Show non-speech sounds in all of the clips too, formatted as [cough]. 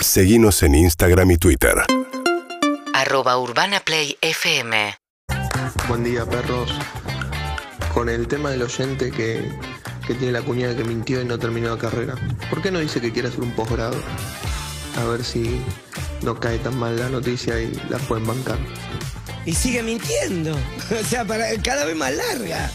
Seguimos en Instagram y Twitter. arroba urbanaplayfm. Buen día, perros. Con el tema del oyente que, que tiene la cuñada que mintió y no terminó la carrera, ¿por qué no dice que quiere hacer un posgrado? A ver si no cae tan mal la noticia y la pueden bancar. Y sigue mintiendo. [laughs] O sea, para, cada vez más larga.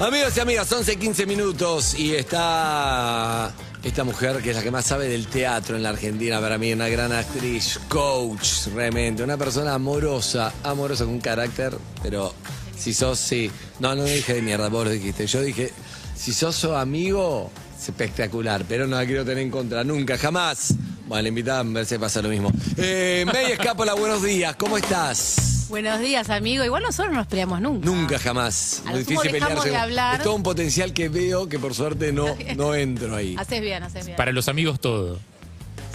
Amigos y amigas, 11, 15 minutos y está esta mujer que es la que más sabe del teatro en la Argentina para mí, una gran actriz, coach, realmente, una persona amorosa, amorosa con carácter, pero si sos, sí, no, no dije de mierda, vos lo dijiste, yo dije, si sos su amigo, es espectacular, pero no la quiero tener en contra, nunca, jamás. Bueno, la invitada a ver si pasa lo mismo. Eh, May Escápola, buenos días, ¿cómo estás? Buenos días, amigo. Igual nosotros no nos peleamos nunca. Nunca jamás. A lo sumo dejamos de con- hablar. Es todo un potencial que veo que por suerte [laughs] no, no entro ahí. Haces bien, haces bien. Para los amigos todo.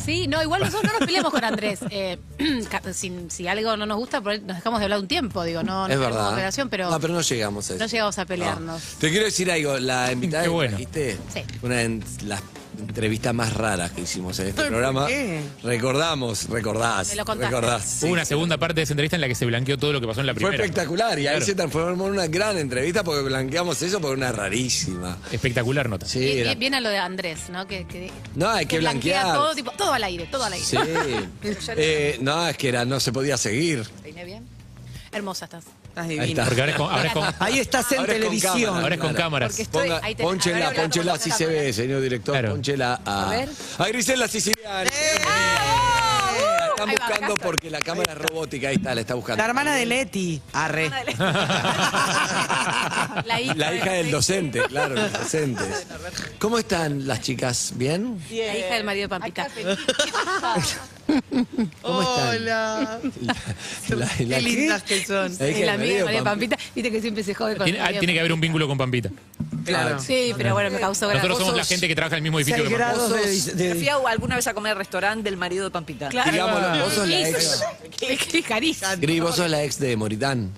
Sí, no, igual nosotros no nos peleamos [laughs] con Andrés. Eh, [clears throat] ca- si, si algo no nos gusta, por ahí nos dejamos de hablar un tiempo, digo, no, no es tenemos verdad. relación, pero, no, pero no llegamos a eso. no llegamos a No. pelearnos. Te quiero decir algo, [laughs] la invitada Qué que bueno. trajiste, Sí. una de las entrevistas más raras que hicimos en este programa. qué? Recordamos, recordás. Me lo contaste. Recordás. sí. Hubo una segunda parte de esa entrevista en la que se blanqueó todo lo que pasó en la Fue primera. espectacular y ahí Claro. se transformó en una gran entrevista porque blanqueamos eso por una rarísima. Espectacular nota. Sí, Bien- era- bien, bien a lo de Andrés, ¿no? Que, que- No, hay que blanquea blanquear. Todo, tipo, todo al aire, todo al aire. [laughs] Sí. Eh, no, es que era, no se podía seguir. ¿Peiné bien? Hermosa estás. Estás Ahí divina. está. Porque ahora es con, [laughs] ahora es con- Ahí estás en Ahora es con televisión. cámara, ahora es con Claro. cámaras. Porque- Estoy- Ponga, ahí te- a ponchela, ver, ponchela, hablamos así con se cámara. ve, señor director, Claro. ponchela a... A ver. A Grisela Siciliana. La están Ahí va, buscando Gastón. porque la cámara es robótica, ahí está, la está buscando. La hermana de Leti. Arre. La hija La hija del- del docente, claro, los docentes. ¿Cómo están las chicas? ¿Bien? La hija del marido de Pampita. [laughs] ¿Cómo están? Hola. La- la- Qué la- lindas que son. La hija Sí, del la amiga marido, del marido de Pampita. Pampita. Viste que siempre se jode con tiene, ah, el tiene que haber un vínculo con Pampita. Claro. Sí, pero bueno, me causó gracia. Nosotros somos sos- la gente que trabaja en el mismo edificio Seis que Pampita. grados de- de- Fui a- alguna vez a comer al restaurante del marido de Pampita. Claro. Digámoslo, vos sos la ex. Qué- qué caricia. Gris, vos sos la ex de Moritán.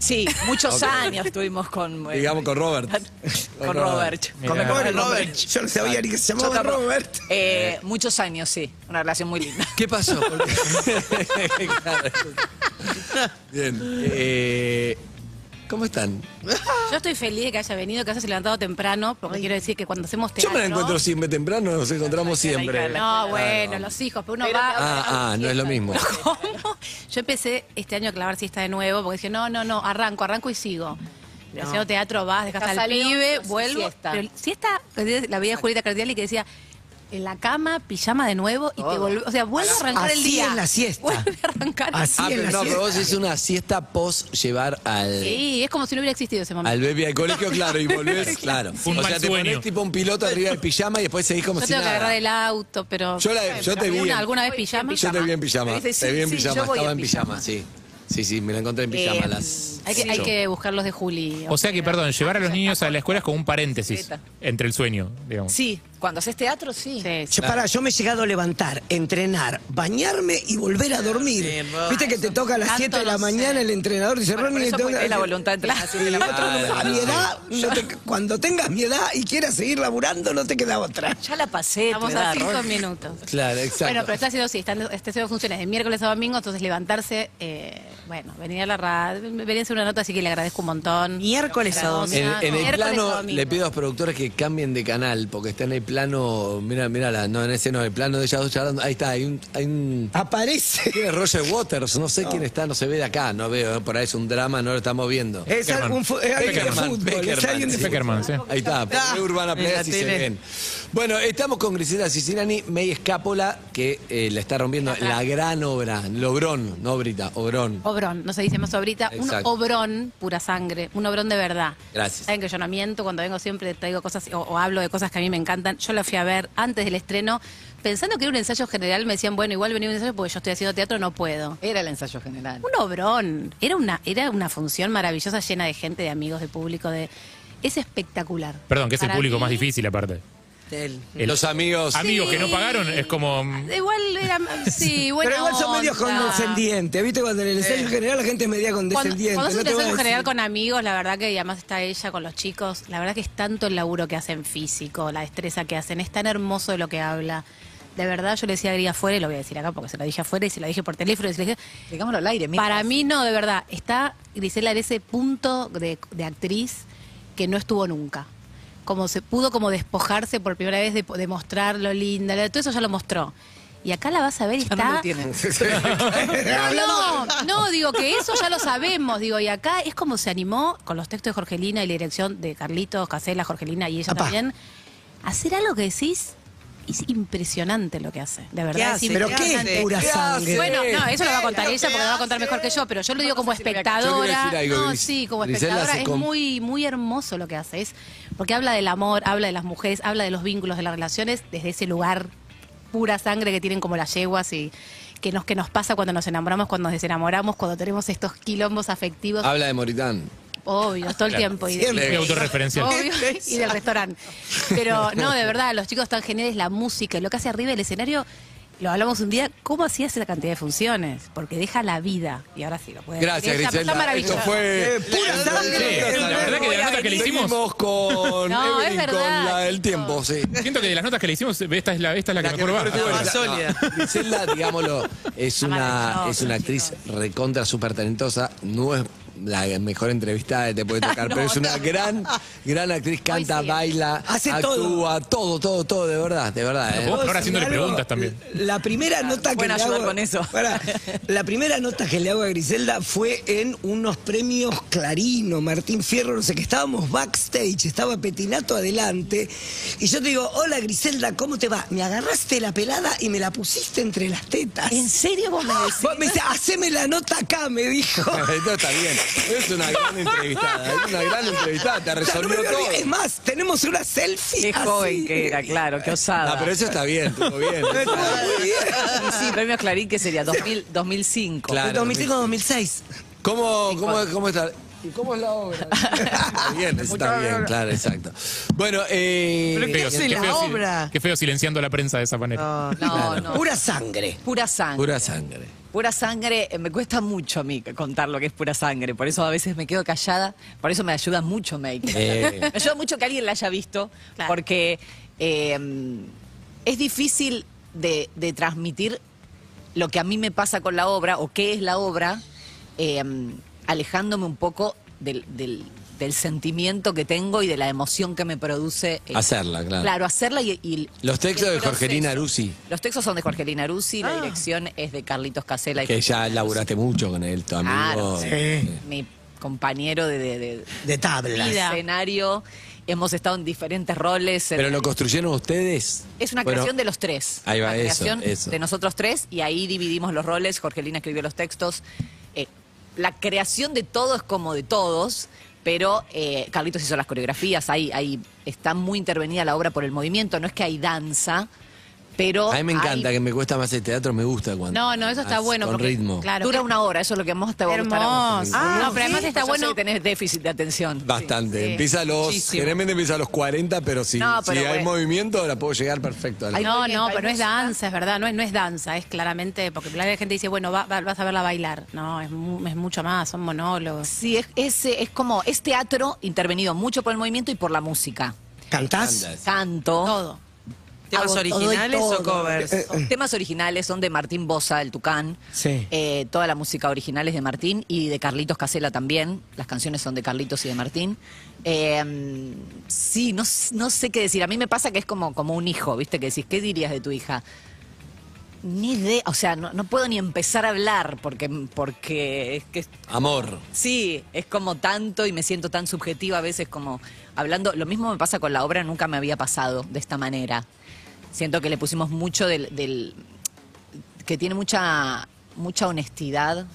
Sí, muchos años estuvimos [laughs] con. eh, Digamos con Robert. con Robert. Mirá. Con Pobre Robert. Yo no sabía ni que se Yo llamaba tampoco. Robert. Eh, muchos años, sí. Una relación muy linda. ¿Qué pasó? ¿Por qué? [laughs] Claro. Bien. Eh, ¿Cómo están? Yo estoy feliz de que haya venido, que hayas levantado temprano, porque quiero decir que cuando hacemos Yo teatro... me la encuentro siempre temprano, nos encontramos siempre. No, bueno, los hijos, pero uno Pero- va... Ah, ah, no es lo mismo. ¿Cómo? Yo empecé este año a clavar siesta de nuevo, porque dije, no, no, no, arranco, arranco y sigo. Haciendo teatro vas, dejas Dejas al al pibe, otro, sí, vuelvo. siesta. Pero siesta, la veía Julieta Cardiali que decía, en la cama, pijama de nuevo, y te volvés... O sea, vuelve a arrancar el Así día. es la siesta. Vuelve a arrancar el Así Ah, en pero la no, pero siesta. vos es una siesta post llevar al, Sí, es como si no hubiera existido ese momento. al bebé al colegio, claro, y [laughs] volvés, claro. Un o mal sea, te sueño. pones tipo un piloto arriba del pijama y después seguís como Yo si tengo que nada. agarrar el auto, pero... Yo, la- yo te vi. ¿Alguna, en- alguna vez pijama? Yo te vi en pijama. Me dice, te sí, vi en sí, pijama, yo voy estaba en en pijama, sí. Sí, sí, me la encontré en pijama a las. Hay que, hay ocho. que buscar los de Juli. O sea que, perdón, llevar a los niños a la escuela es como un paréntesis entre el sueño, digamos. Sí, cuando haces teatro, sí. Sí, sí. Yo, pará, yo me he llegado a levantar, entrenar, bañarme y volver a dormir. Viste que te toca a las Tanto 7 de la no sé. mañana el entrenador dice, Bueno, Ronnie, pero eso te es muy- toca- es la voluntad entre las siete y la Claro. a mi [laughs] edad, no te- cuando tengas mi edad y quieras seguir laburando, no te queda otra. Ya la pasé, tu Estamos a edad, cinco Ron. minutos. Claro, exacto. Bueno, pero está haciendo, sí, están, está haciendo funciones de miércoles a domingo, entonces levantarse, eh, bueno, venir a la radio, venir a hacer una nota, así que le agradezco un montón. Miércoles a domingo. En, en el Miércoles o plano, domingo. le pido a los productores que cambien de canal, porque está en el plano. Mira, mira, la- no, en ese no, el plano de ellas dos charlando. Ahí está, hay un. Hay un Aparece. ¿Quién es Roger Waters? No sé quién está, no se ve de acá, no veo, por ahí es un drama, no lo estamos viendo. Es Beckerman. algún fu- es Eh, alguien de Beckerman, fútbol. es Beckerman, alguien de sí. fútbol. Ah, Beckerman, sí. Ahí está, por Urbana Play, en la así se tele. ven. Bueno, estamos con Grisela Cicinani, May Escápola, que eh, la está rompiendo la gran obra, Logrón, no Brita, Obrón. Obrón, no se dice más obrita, Exacto. un obrón pura sangre, un obrón de verdad. Gracias. Saben que yo no miento, cuando vengo siempre traigo cosas o, o hablo de cosas que a mí me encantan. Yo la fui a ver antes del estreno, pensando que era un ensayo general, me decían, bueno, igual venía un ensayo porque yo estoy haciendo teatro, no puedo. Era el ensayo general. Un obrón. Era una, era una función maravillosa, llena de gente, de amigos, de público, de. Es espectacular. Perdón, que es el Para público mí- más difícil aparte. El- Los amigos. Amigos que no pagaron es como... mm, Igual [laughs] era. Sí, bueno. Pero igual son medios condescendientes, ¿viste? Cuando en el ensayo general la gente es media Cuando, condescendiente. cuando es no un te voy a ensayo general decir. con amigos, la verdad que y además está ella con los chicos, la verdad que es tanto el laburo que hacen físico, la destreza que hacen, es tan hermoso de lo que habla. de verdad yo le decía a Gri afuera, y lo voy a decir acá porque se lo dije afuera y se lo dije por teléfono y se lo dije. Digámoslo al aire, mira. Para mí no, de verdad. Está Grisela en ese punto de, de actriz que no estuvo nunca. Como se pudo como despojarse por primera vez de, de mostrar lo linda, lo- todo eso ya lo mostró. Y acá la vas a ver y Ya está. no lo tienen. No, no, no, digo que eso ya lo sabemos, digo, y acá es como se animó con los textos de Jorgelina y la dirección de Carlitos, Casela, Jorgelina y ella Apá. también, hacer algo que decís, es impresionante lo que hace, de verdad. ¿Qué es hace? impresionante. Pero qué ¿Qué pura hace? sangre. Bueno, no, eso lo va a contar ¿Qué ella porque lo va a contar mejor que yo, pero yo lo digo como espectadora. Yo quiero decir algo, no, Gris- sí, como Grisela espectadora se es com- muy muy hermoso lo que hace, es porque habla del amor, habla de las mujeres, habla de los vínculos, de las relaciones desde ese lugar pura sangre que tienen como las yeguas y que nos que nos pasa cuando nos enamoramos, cuando nos desenamoramos, cuando tenemos estos quilombos afectivos, Habla de Moritán. obvio, todo el tiempo y de- siempre. Qué autorreferencial. Obvio, [laughs] y del restaurante. Pero no, de verdad, los chicos están geniales, la música, lo que hace arriba del escenario, lo hablamos un día, ¿cómo hacías esa cantidad de funciones? Porque deja la vida. Y ahora sí lo puedes Gracias, decir. Está- Griselda. Está maravilloso. Esto fue. Eh, pura La- sangre. Sí, la verdad que de las notas que le hicimos, Seguimos con No, es Evelyn, verdad, con la del chicos. tiempo, sí. siento que de las notas que le hicimos, esta es la, esta es la, La que, que mejor mejor va. estuvo. más sólida. Griselda, digámoslo, es una, Maravillosa, es una actriz recontra súper talentosa. No es la mejor entrevistada que te puede tocar, pero es una gran, gran actriz. Canta, sí. baila, Hace actúa, todo. todo, todo, de verdad, de verdad. eh. Vos ahora decir haciéndole algo? preguntas también. La primera Ah, nota que pueden le ayudar hago, con eso. Pará. la primera nota que le hago a Griselda fue en unos premios Clarino, Martín Fierro, no sé qué. Estábamos backstage, estaba Petinato adelante. Y yo te digo, hola Griselda, ¿cómo te va? Me agarraste la pelada y me la pusiste entre las tetas. ¿En serio vos me decís? Vos me dice, haceme la nota acá, me [laughs] dijo. [laughs] No, está bien. Es una gran entrevistada. Es una gran entrevistada. Te Ya no me resolvió voy a todo. Ah, olvidar. Es más, tenemos una selfie. Qué así. joven que era, claro, qué osada. Ah, pero eso está bien, estuvo bien. Muy bien. Y sí, premios Clarín, que sería? 2000, 2005. Claro. 2005-2006. ¿Cómo, cómo, cómo está? ¿Y cómo es la obra? está bien, está bien, claro, exacto. Bueno, eh, Pero ¿qué hace la sil- obra? qué feo silenciando a la prensa de esa manera. No, No, no. Pura sangre. Pura sangre. pura sangre. Pura sangre, eh, me cuesta mucho a mí contar lo que es pura sangre, por eso a veces me quedo callada, por eso me ayuda mucho Make. Eh. [laughs] Me ayuda mucho que alguien la haya visto, Claro. porque eh, es difícil de, de transmitir lo que a mí me pasa con la obra o qué es la obra, eh, alejándome un poco del, del- del sentimiento que tengo y de la emoción que me produce. eh, Hacerla, claro. Claro, hacerla y... y- Los textos y de el Jorgelina proceso. Aruzzi. Los textos son de Jorgelina Aruzzi, la dirección es de Carlitos Casella. y Que ya Jorgelina Aruzzi. laburaste mucho con él, tu amigo. Claro, mi compañero de, de- de- De tabla. de Vida. escenario. Hemos estado en diferentes roles. en- Pero lo construyeron ustedes. es una Bueno, creación de los tres. ahí va una eso, creación eso. de nosotros tres y ahí dividimos los roles. Jorgelina escribió los textos. Eh, la creación de todo es como de todos, pero eh, Carlitos hizo las coreografías. Ahí, ahí está muy intervenida la obra por el movimiento. No es que hay danza, pero A mí me encanta, hay- que me cuesta más el teatro, me gusta cuando. No, no, eso está Así, bueno. Con porque- ritmo. Claro. dura una hora. Eso es lo que más te va a gustar. a vos. Hermoso. Ah, no, pero además Sí, está yo sé bueno. que tenés déficit de atención. Bastante. Empieza a los. Muchísimo. Generalmente empieza a los 40, pero si, No, pero si hay bueno. movimiento, ahora puedo llegar perfecto. a la- Ay, No, Hay no, pero no es música. danza, es verdad, no es, no es danza, es claramente, porque la gente dice, bueno, va- va- vas a verla bailar. No, es, mu- es mucho más, son monólogos. Sí, es, es, eh, es como, es teatro intervenido mucho por el movimiento y por la música. ¿Cantás? Andas. Canto. Todo. ¿Temas hago todo y originales o todo. Eh, covers? Temas originales son de Martín Bosa, el Tucán. Sí. Eh, toda la música original es de Martín y de Carlitos Casela también. Las canciones son de Carlitos y de Martín. Eh, sí, no, s- no sé qué decir. A mí me pasa que es como, como un hijo, ¿viste? Que decís, ¿qué dirías de tu hija? Ni de, o sea, no, no puedo ni empezar a hablar porque, porque es que es Amor. Sí, es como tanto y me siento tan subjetiva a veces como hablando. Lo mismo me pasa con la obra, nunca me había pasado de esta manera. Siento que le pusimos mucho del. del- que tiene mucha, mucha honestidad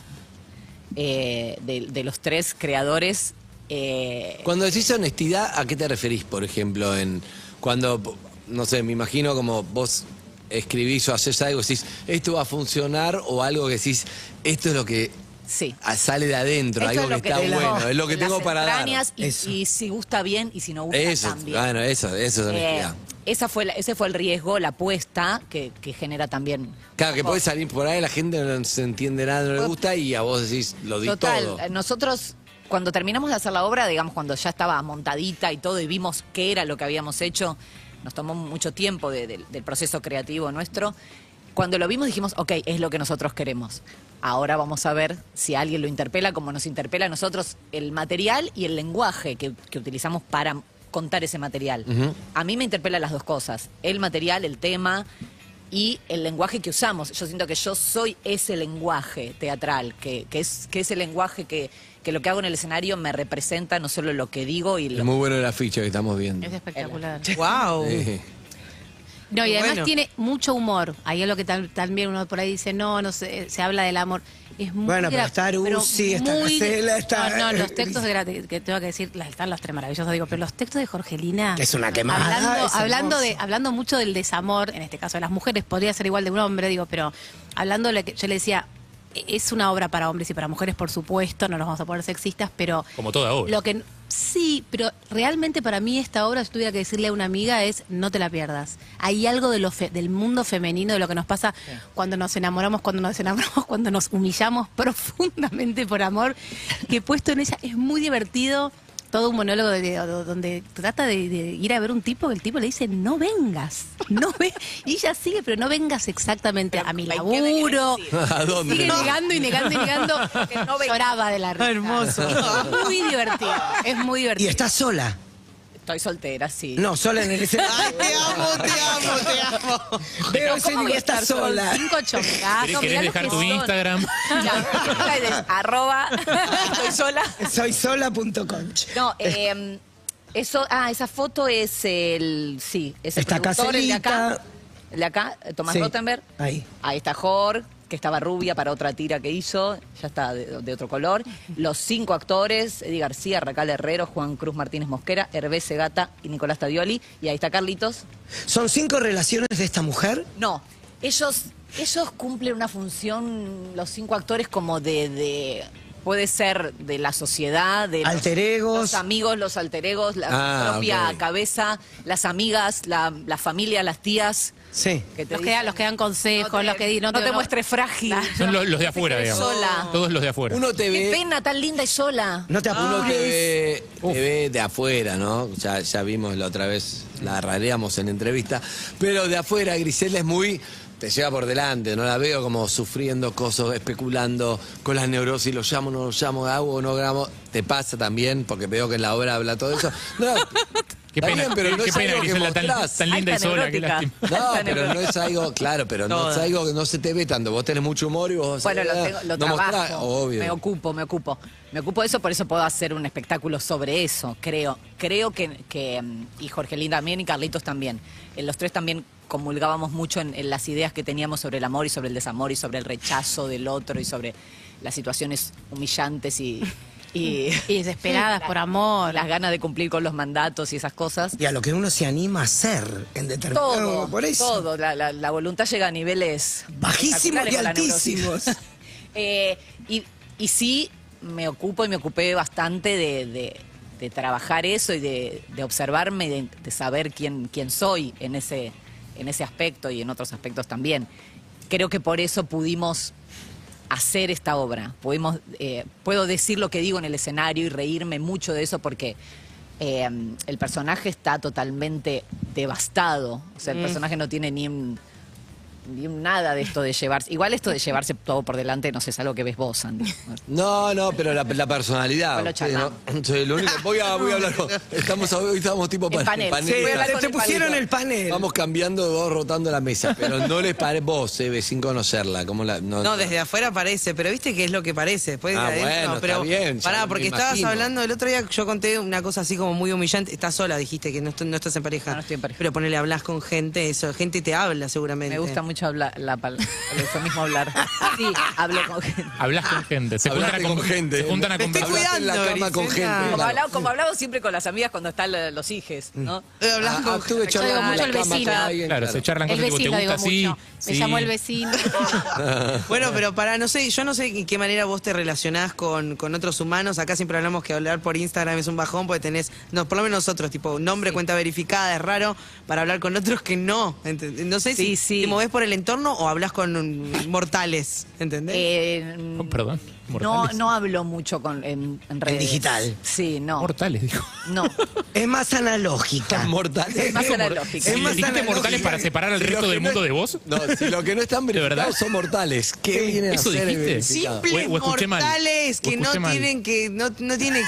eh, de, de los tres creadores. eh, Cuando decís honestidad, ¿a qué te referís, por ejemplo? En cuando, p- no sé, me imagino como vos escribís o haces algo, decís, esto va a funcionar, o algo que decís, esto es lo que sí. a- sale de adentro, Esto algo es lo que, está tengo bueno, es lo que en las tengo para dar. entrañas y- Eso. Y, si gusta bien y si no gusta Eso, también. bueno, eso, eso es Eh, honestidad. esa fue la- ese fue el riesgo, la apuesta que, que genera también. Claro, que Ojo. podés salir por ahí, la gente no se entiende nada, no le gusta, y a vos decís, lo di Total, todo. eh, nosotros cuando terminamos de hacer la obra, digamos, cuando ya estaba montadita y todo y vimos qué era lo que habíamos hecho, nos tomó mucho tiempo de- del- del proceso creativo nuestro. Cuando lo vimos dijimos, ok, es lo que nosotros queremos. Ahora vamos a ver si alguien lo interpela como nos interpela a nosotros el material y el lenguaje que, que utilizamos para contar ese material. A mí me interpelan las dos cosas, el material, el tema y el lenguaje que usamos. Yo siento que yo soy ese lenguaje teatral, que, que es que ese lenguaje que, que lo que hago en el escenario me representa no solo lo que digo y Es lo muy bueno la ficha que estamos viendo. Es espectacular. ¡Wow! Sí. No, y además Bueno. tiene mucho humor. Ahí es lo que tal- también uno por ahí dice, no, no sé, se habla del amor. Es muy Bueno, pero gra- está Aruzzi, está muy- Ah, Castella, está- No, no, los textos de gra- que tengo que decir, la- están los tres maravillosos, digo, pero los textos de Jorgelina. Es una quemada, Hablando, es hablando, de, hermoso. hablando mucho del desamor, en este caso de las mujeres, podría ser igual de un hombre, digo, pero hablando de lo que yo le decía. e, Es una obra para hombres y para mujeres, por supuesto, no nos vamos a poner sexistas, pero Como toda obra. lo que sí, pero realmente para mí esta obra, si tuviera que decirle a una amiga, es no te la pierdas. Hay algo de lo fe- del mundo femenino, de lo que nos pasa cuando nos enamoramos, cuando nos enamoramos, [laughs] cuando nos humillamos profundamente por amor, que puesto en ella es muy divertido. Todo un monólogo de- de- donde trata de, de ir a ver un tipo, que el tipo le dice, no vengas, no ve Y ella sigue, pero no vengas exactamente a mi ¿y qué le querés laburo. decir? [laughs] ¿A Sigue dónde? negando y negando y negando. Que no venga. Lloraba de la risa. Hermoso. Muy divertido. Es muy Y divertido. estás sola. Estoy soltera, sí. No, sola en el ¡Ay, escenario. te amo, te amo, te amo! Veo ese y estás sola. Cinco ¿Querés, chongazos. querés mirá los dejar que tu son. Instagram? Ya, es arroba, estoy sola. Soy sola.conch. No, eh, eso, ah, esa foto es el, sí, es el Está productor, el de acá, Caselita. el de acá, eh, Tomás Sí, Rottenberg. ahí. Ahí está Jor, que estaba rubia para otra tira que hizo, ya está de, de otro color. Los cinco actores, Eddie García, Racal Herrero, Juan Cruz Martínez Mosquera, Hervé Segata y Nicolás Tadioli. Y ahí está Carlitos. Son cinco relaciones de esta mujer. No, ellos, ellos cumplen una función, los cinco actores, como de... de- puede ser de la sociedad, de los- Alter egos. los amigos, los alter egos, la Ah, propia ok. cabeza, las amigas, la, la familia, las tías. Sí. Que te Los que, dan- dicen, los que dan consejos, "No te- los que di- no, te muestres frágil. Son los, los de afuera, digamos. Sola. Todos los de afuera. Uno te Qué ve, pena, tan linda y sola. No te Ah, uno apures. te ve, te ve de afuera, ¿no? Ya, ya vimos la otra vez, la rareamos en entrevista. Pero de afuera, Grisela es muy. Te lleva por delante, no la veo como sufriendo cosas, especulando con las neurosis, lo llamo, no lo llamo, hago o no gramo. Te pasa también, porque veo que en la obra habla todo eso. [laughs] No, Qué está pena, bien, pero no qué es pena, algo que Grisela, tan, mostrás. tan linda y Alta sola, qué neurótica. lástima. No, pero no es algo, claro, pero no es Toda. algo que no se te ve tanto. Vos tenés mucho humor y vos. Bueno, lo, eh, tengo- no lo trabajo, mostrás, obvio. me ocupo, me ocupo. Me ocupo de eso, por eso puedo hacer un espectáculo sobre eso, creo. Creo que, que, mm, y Jorgelín también, y Carlitos también. Eh, Los tres también comulgábamos mucho en, en las ideas que teníamos sobre el amor y sobre el desamor y sobre el rechazo del otro y sobre las situaciones [laughs] humillantes y, y Y desesperadas por amor. [laughs] las ganas de cumplir con los mandatos y esas cosas. Y a lo que uno se anima a hacer en determinado Todo, Por eso. todo. La, la- la voluntad llega a niveles... Bajísimos y espectaculares con la neurosis. [laughs] altísimos. Eh, y, y sí, me ocupo y me ocupé bastante de, de- de trabajar eso y de, de observarme y de, de saber quién, quién soy en ese, en ese aspecto y en otros aspectos también. Creo que por eso pudimos hacer esta obra. Pudimos, eh, puedo decir lo que digo en el escenario y reírme mucho de eso porque eh, el personaje está totalmente devastado. O Mm. sea, el personaje no tiene ni un ni un nada de esto de llevarse. Igual esto de llevarse todo por delante, no sé, es algo que ves vos, Andy. No, no, pero la, la personalidad. Bueno, lo ustedes, charlamos. ¿no? Soy el único. Voy a, voy a hablar. con- Estamos, hoy estamos tipo En panel, Sí, Voy a hablar te- con te el pusieron palito. el panel. Vamos cambiando, vos rotando la mesa. Pero no les pare vos, eh, sin conocerla. ¿Cómo la, no, No, desde afuera parece, pero viste que es lo que parece. Después de Ah, adentro, bueno, está pero bien, ya pará, me porque estabas imagino. hablando el otro día, yo conté una cosa así como muy humillante. Estás sola, dijiste que no, est- no estás en pareja. No, no estoy en pareja. Pero ponele, hablas con gente, eso, gente te habla seguramente. Me gusta mucho hablar, la pal- el eufemismo hablar. Sí, hablo con gente. Hablas con gente. Se juntan a, Hablaste con con- gente. se juntan a Me estoy conversar. Hablaste en la cuidando, cama con gente. Grisela. claro. Como, hablaba- como hablamos siempre con las amigas cuando están la- los hijes, ¿no? Eh, hablas Ah, con ah, estuve Yo digo charlando mucho en la el cama con vecino. alguien, Claro, se charlan El cosas tipo, ¿te vecino, digo gusta así? mucho. Me Sí. Oh, llamó el vecino. Bueno, pero para, no sé, yo no sé en qué manera vos te relacionás con, con otros humanos. Acá siempre hablamos que hablar por Instagram es un bajón porque tenés, no, por lo menos nosotros, tipo, nombre, cuenta verificada, es raro para hablar con otros que no. Ent- No sé si Sí, sí. te movés por el entorno o hablas con mm, mortales? ¿Entendés? Eh, Oh, perdón. no, Mortales. no hablo mucho con, en, en redes. digital. Sí, no. Mortales, dijo. No. Es más analógica. Mortales. Más analógico. Es más ¿Dijiste analógica. mortales para separar al Si resto lo que del no mundo es- de vos? No, si lo que no [laughs] están verdad? verificados son mortales. ¿Qué vienen ¿Eso a hacer el dijiste? verificado? Simples O- o escuché mal. mortales O que no escuché mal. tienen que no, no tienen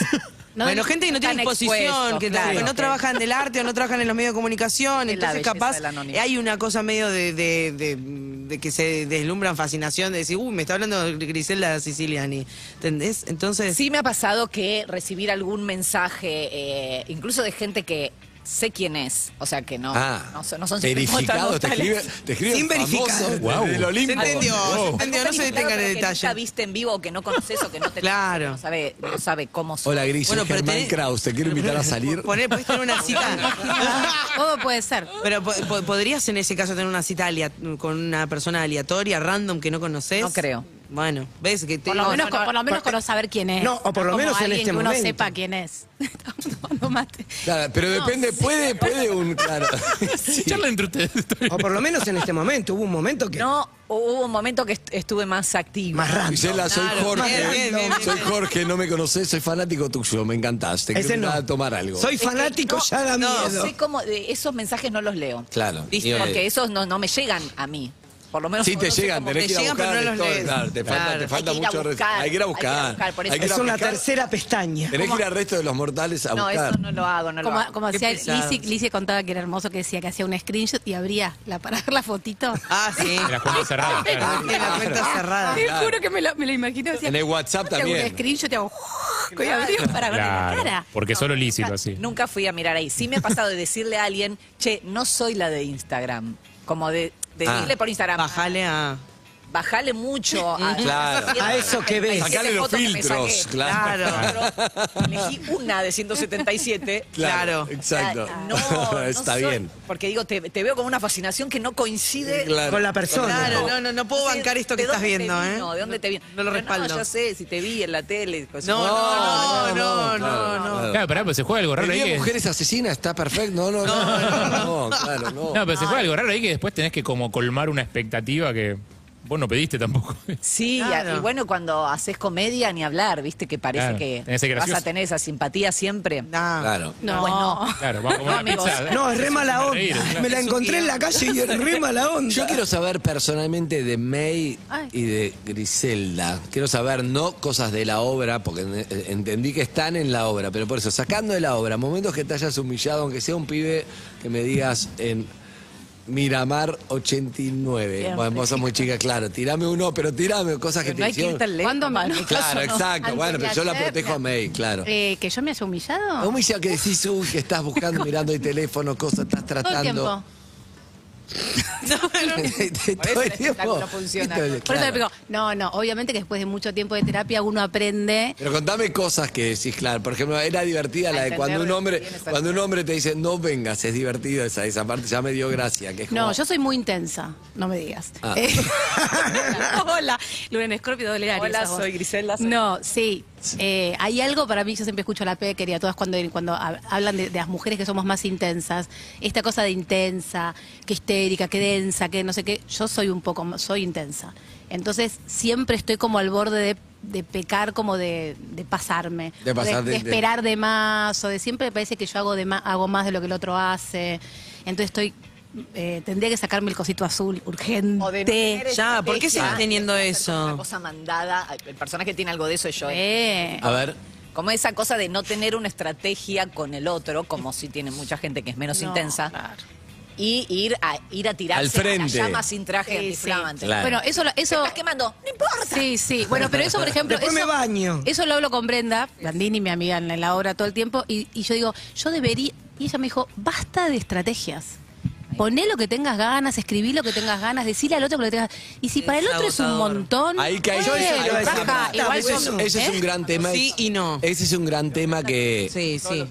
No, bueno, no gente que no tiene están exposición, expuestos, que claro, tampoco- no ok. trabajan del arte o no trabajan en los medios de comunicación, Es la entonces belleza capaz del anonimato. hay una cosa medio de, de- de- de que se deslumbran fascinación, de decir, uy, me está hablando Griselda Siciliani, ¿entendés? Entonces, Sí me ha pasado que recibir algún mensaje, eh, incluso de gente que sé quién es, o sea que no, Ah, no, son- no son verificado. Te escribe, te escribe Sin el famoso verificar. desde Guau. el se Olimpo. entendió, Wow. se entendió, no se detengan en Que nunca detalle. viste en vivo o que no conoces o que no te Claro. no sabe, no sabe cómo son. Hola, Gris. Bueno, Bueno, pero Germán tenés- Kraus. Te quiero invitar [laughs] a salir. Poner, podés tener una cita. Todo puede ser. Pero po- po- podrías en ese caso tener una cita alia- con una persona aleatoria, random, que no conoces. No creo. Bueno, ves que te Por lo digo, menos, no, no, por lo menos con saber quién es. No, o por lo Como menos en alguien este que uno momento. sepa quién es. [laughs] Estamos tomando mate. Claro, pero depende, puede, puede un. Claro. Sí. Ah, Charla entre ustedes. O por lo menos en este momento. Hubo un momento que. No, hubo un momento que est- estuve más activa. Más raro. Gisela, soy Claro, bien, Jorge. bien, bien, bien. Soy Jorge, no me conocés, soy fanático tuyo, me encantás. Te quiero Ese no. invitar a tomar algo. Soy fanático, No, ya da no, miedo. sé cómo, de esos mensajes no los leo. Claro. ¿Viste? Y, eh, Porque esos no, no me llegan a mí. Por lo menos Sí, te no sé llegan, cómo- tenés que ir a llegan, pero buscar. no los todo, lees. claro, te falta, Claro. te falta Hay que ir a mucho. res- Hay que ir a buscar, hay que ir a buscar, por buscar. eso. Hay que ir a Es una buscar. tercera pestaña. Tenés que ir al resto de los mortales a No, buscar. eso no lo hago, no lo Como, hago. como Qué hacía pesados. Lizzie, Lizzie contaba que era hermoso que decía que hacía un screenshot y abría la para ver la fotito. Ah, sí. De la cuenta cerrada. claro. Tiene la cuenta cerrada. Te juro que me lo, me lo imagino. decía, En el WhatsApp "Te hago también. un screenshot y hago... Y [laughs] abría para ver la Claro, cara. porque solo lícito así. Nunca fui a mirar ahí. Sí me ha pasado de decirle a alguien, che, no soy la de Instagram. Como de, de Ah. decirle por Instagram. Bajale a. Bajale mucho a, Claro. A eso que ves. Sacale los filtros, claro. [laughs] Claro. Elegí una de 177. Claro. Exacto. Ah, [laughs] No, no Está soy- bien. Porque digo, te, te veo con una fascinación que no coincide. Claro. Con la persona. Claro, no, no, no puedo sé bancar esto que de estás dónde te viendo, ¿eh? vino, ¿De dónde te vino? No lo Pero respaldo. yo sé, si te vi en la tele. pues, cosas- No, Oh, no, no, no, no, claro, no. claro. Claro, pará, pero se juega algo raro ahí Tenía que. mujeres asesinas, está perfecto. No, no, no. No, claro, no. No, pero se juega algo raro ahí que después tenés que como colmar una expectativa que vos no pediste tampoco. Sí, Claro. y y bueno, cuando haces comedia ni hablar, viste que parece Claro, que tenés que ser vas a gracioso. tener esa simpatía siempre. Nah. Claro. No, Bueno. Claro, vamos a ¿eh? comer No, una amigos. pizza. No, es re mala Me reí, onda. claro. Me la encontré en la calle y es re mala onda. Yo quiero saber personalmente de May Ay. y de Griselda. Quiero saber no cosas de la obra, porque en- eh, entendí que están en la obra, pero por eso, sacando de la obra, momentos que te hayas humillado, aunque sea un pibe que me digas en Miramar 89. Bien, bueno, vos sos muy chica, claro. Tirame uno, pero tirame cosas que No te hay que ir hicieron. tan lejos. ¿Cuándo me- [laughs] Pablo. no? Claro, Antes exacto. de Bueno, pero yo la ayer, protejo me- a May, claro. Eh, ¿Que yo me haya humillado? Humilla que decís, uy, que estás [laughs] buscando, mirando el teléfono, cosas, estás Todo [laughs] el tratando. Este, tiempo. [laughs] Todo el tiempo. [laughs] espectáculo funciona, Esto es- ¿no? Por eso claro. le digo, no, no, obviamente que después de mucho tiempo de terapia uno aprende Pero contame cosas que decís, claro. Por ejemplo, era divertida la de entender cuando un de hombre, dónde viene esa cuando un hombre te dice no vengas, es divertido esa, esa parte ya me dio gracia. Que es como- No, yo soy muy intensa, no me digas. Ah. Eh, [laughs] hola, Luna en Escorpio, doble Aries, Hola, a vos. soy Griselda, soy- No, sí. Eh, hay algo para mí, yo siempre escucho a la pequería, todas cuando, cuando hab- hablan de, de las mujeres que somos más intensas, esta cosa de intensa, que histérica, que densa, que no sé qué, yo soy un poco, más- soy intensa. Entonces siempre estoy como al borde de, de pecar, como de, de pasarme, De pasar de- de- esperar hablar de más o de siempre me parece que yo hago de más, hago más de lo que el otro hace. Entonces estoy eh, tendría que sacarme el cosito azul urgente. O de no tener Ya, ¿por qué estrategia, seguís teniendo de eso? hacer Una cosa mandada. El personaje tiene algo de eso, yo. ¿eh? Eh, A ver, Como esa cosa de no tener una estrategia con el otro, como si tiene mucha gente que es menos no, intensa, claro. y ir a, ir a tirarse Al frente. a la llama sin traje Sí, antiflamante. sí. Claro. Bueno, eso lo- eso Estás quemando, no importa. Sí, sí. Bueno, pero eso, por ejemplo, Después me eso, baño. eso lo hablo con Brenda Bandini, mi amiga en la obra todo el tiempo y, y yo digo, yo debería y ella me dijo, "Basta de estrategias." Poné lo que tengas ganas, escribí lo que tengas ganas, decirle al otro lo que tengas. Y si para el otro es un agotador. montón, ahí caí bueno, yo. Eso, iba a decir, baja, basta, igual eso- son- ese es ¿eh? un gran tema. Sí y no. Ese es un gran tema que. Sí, sí.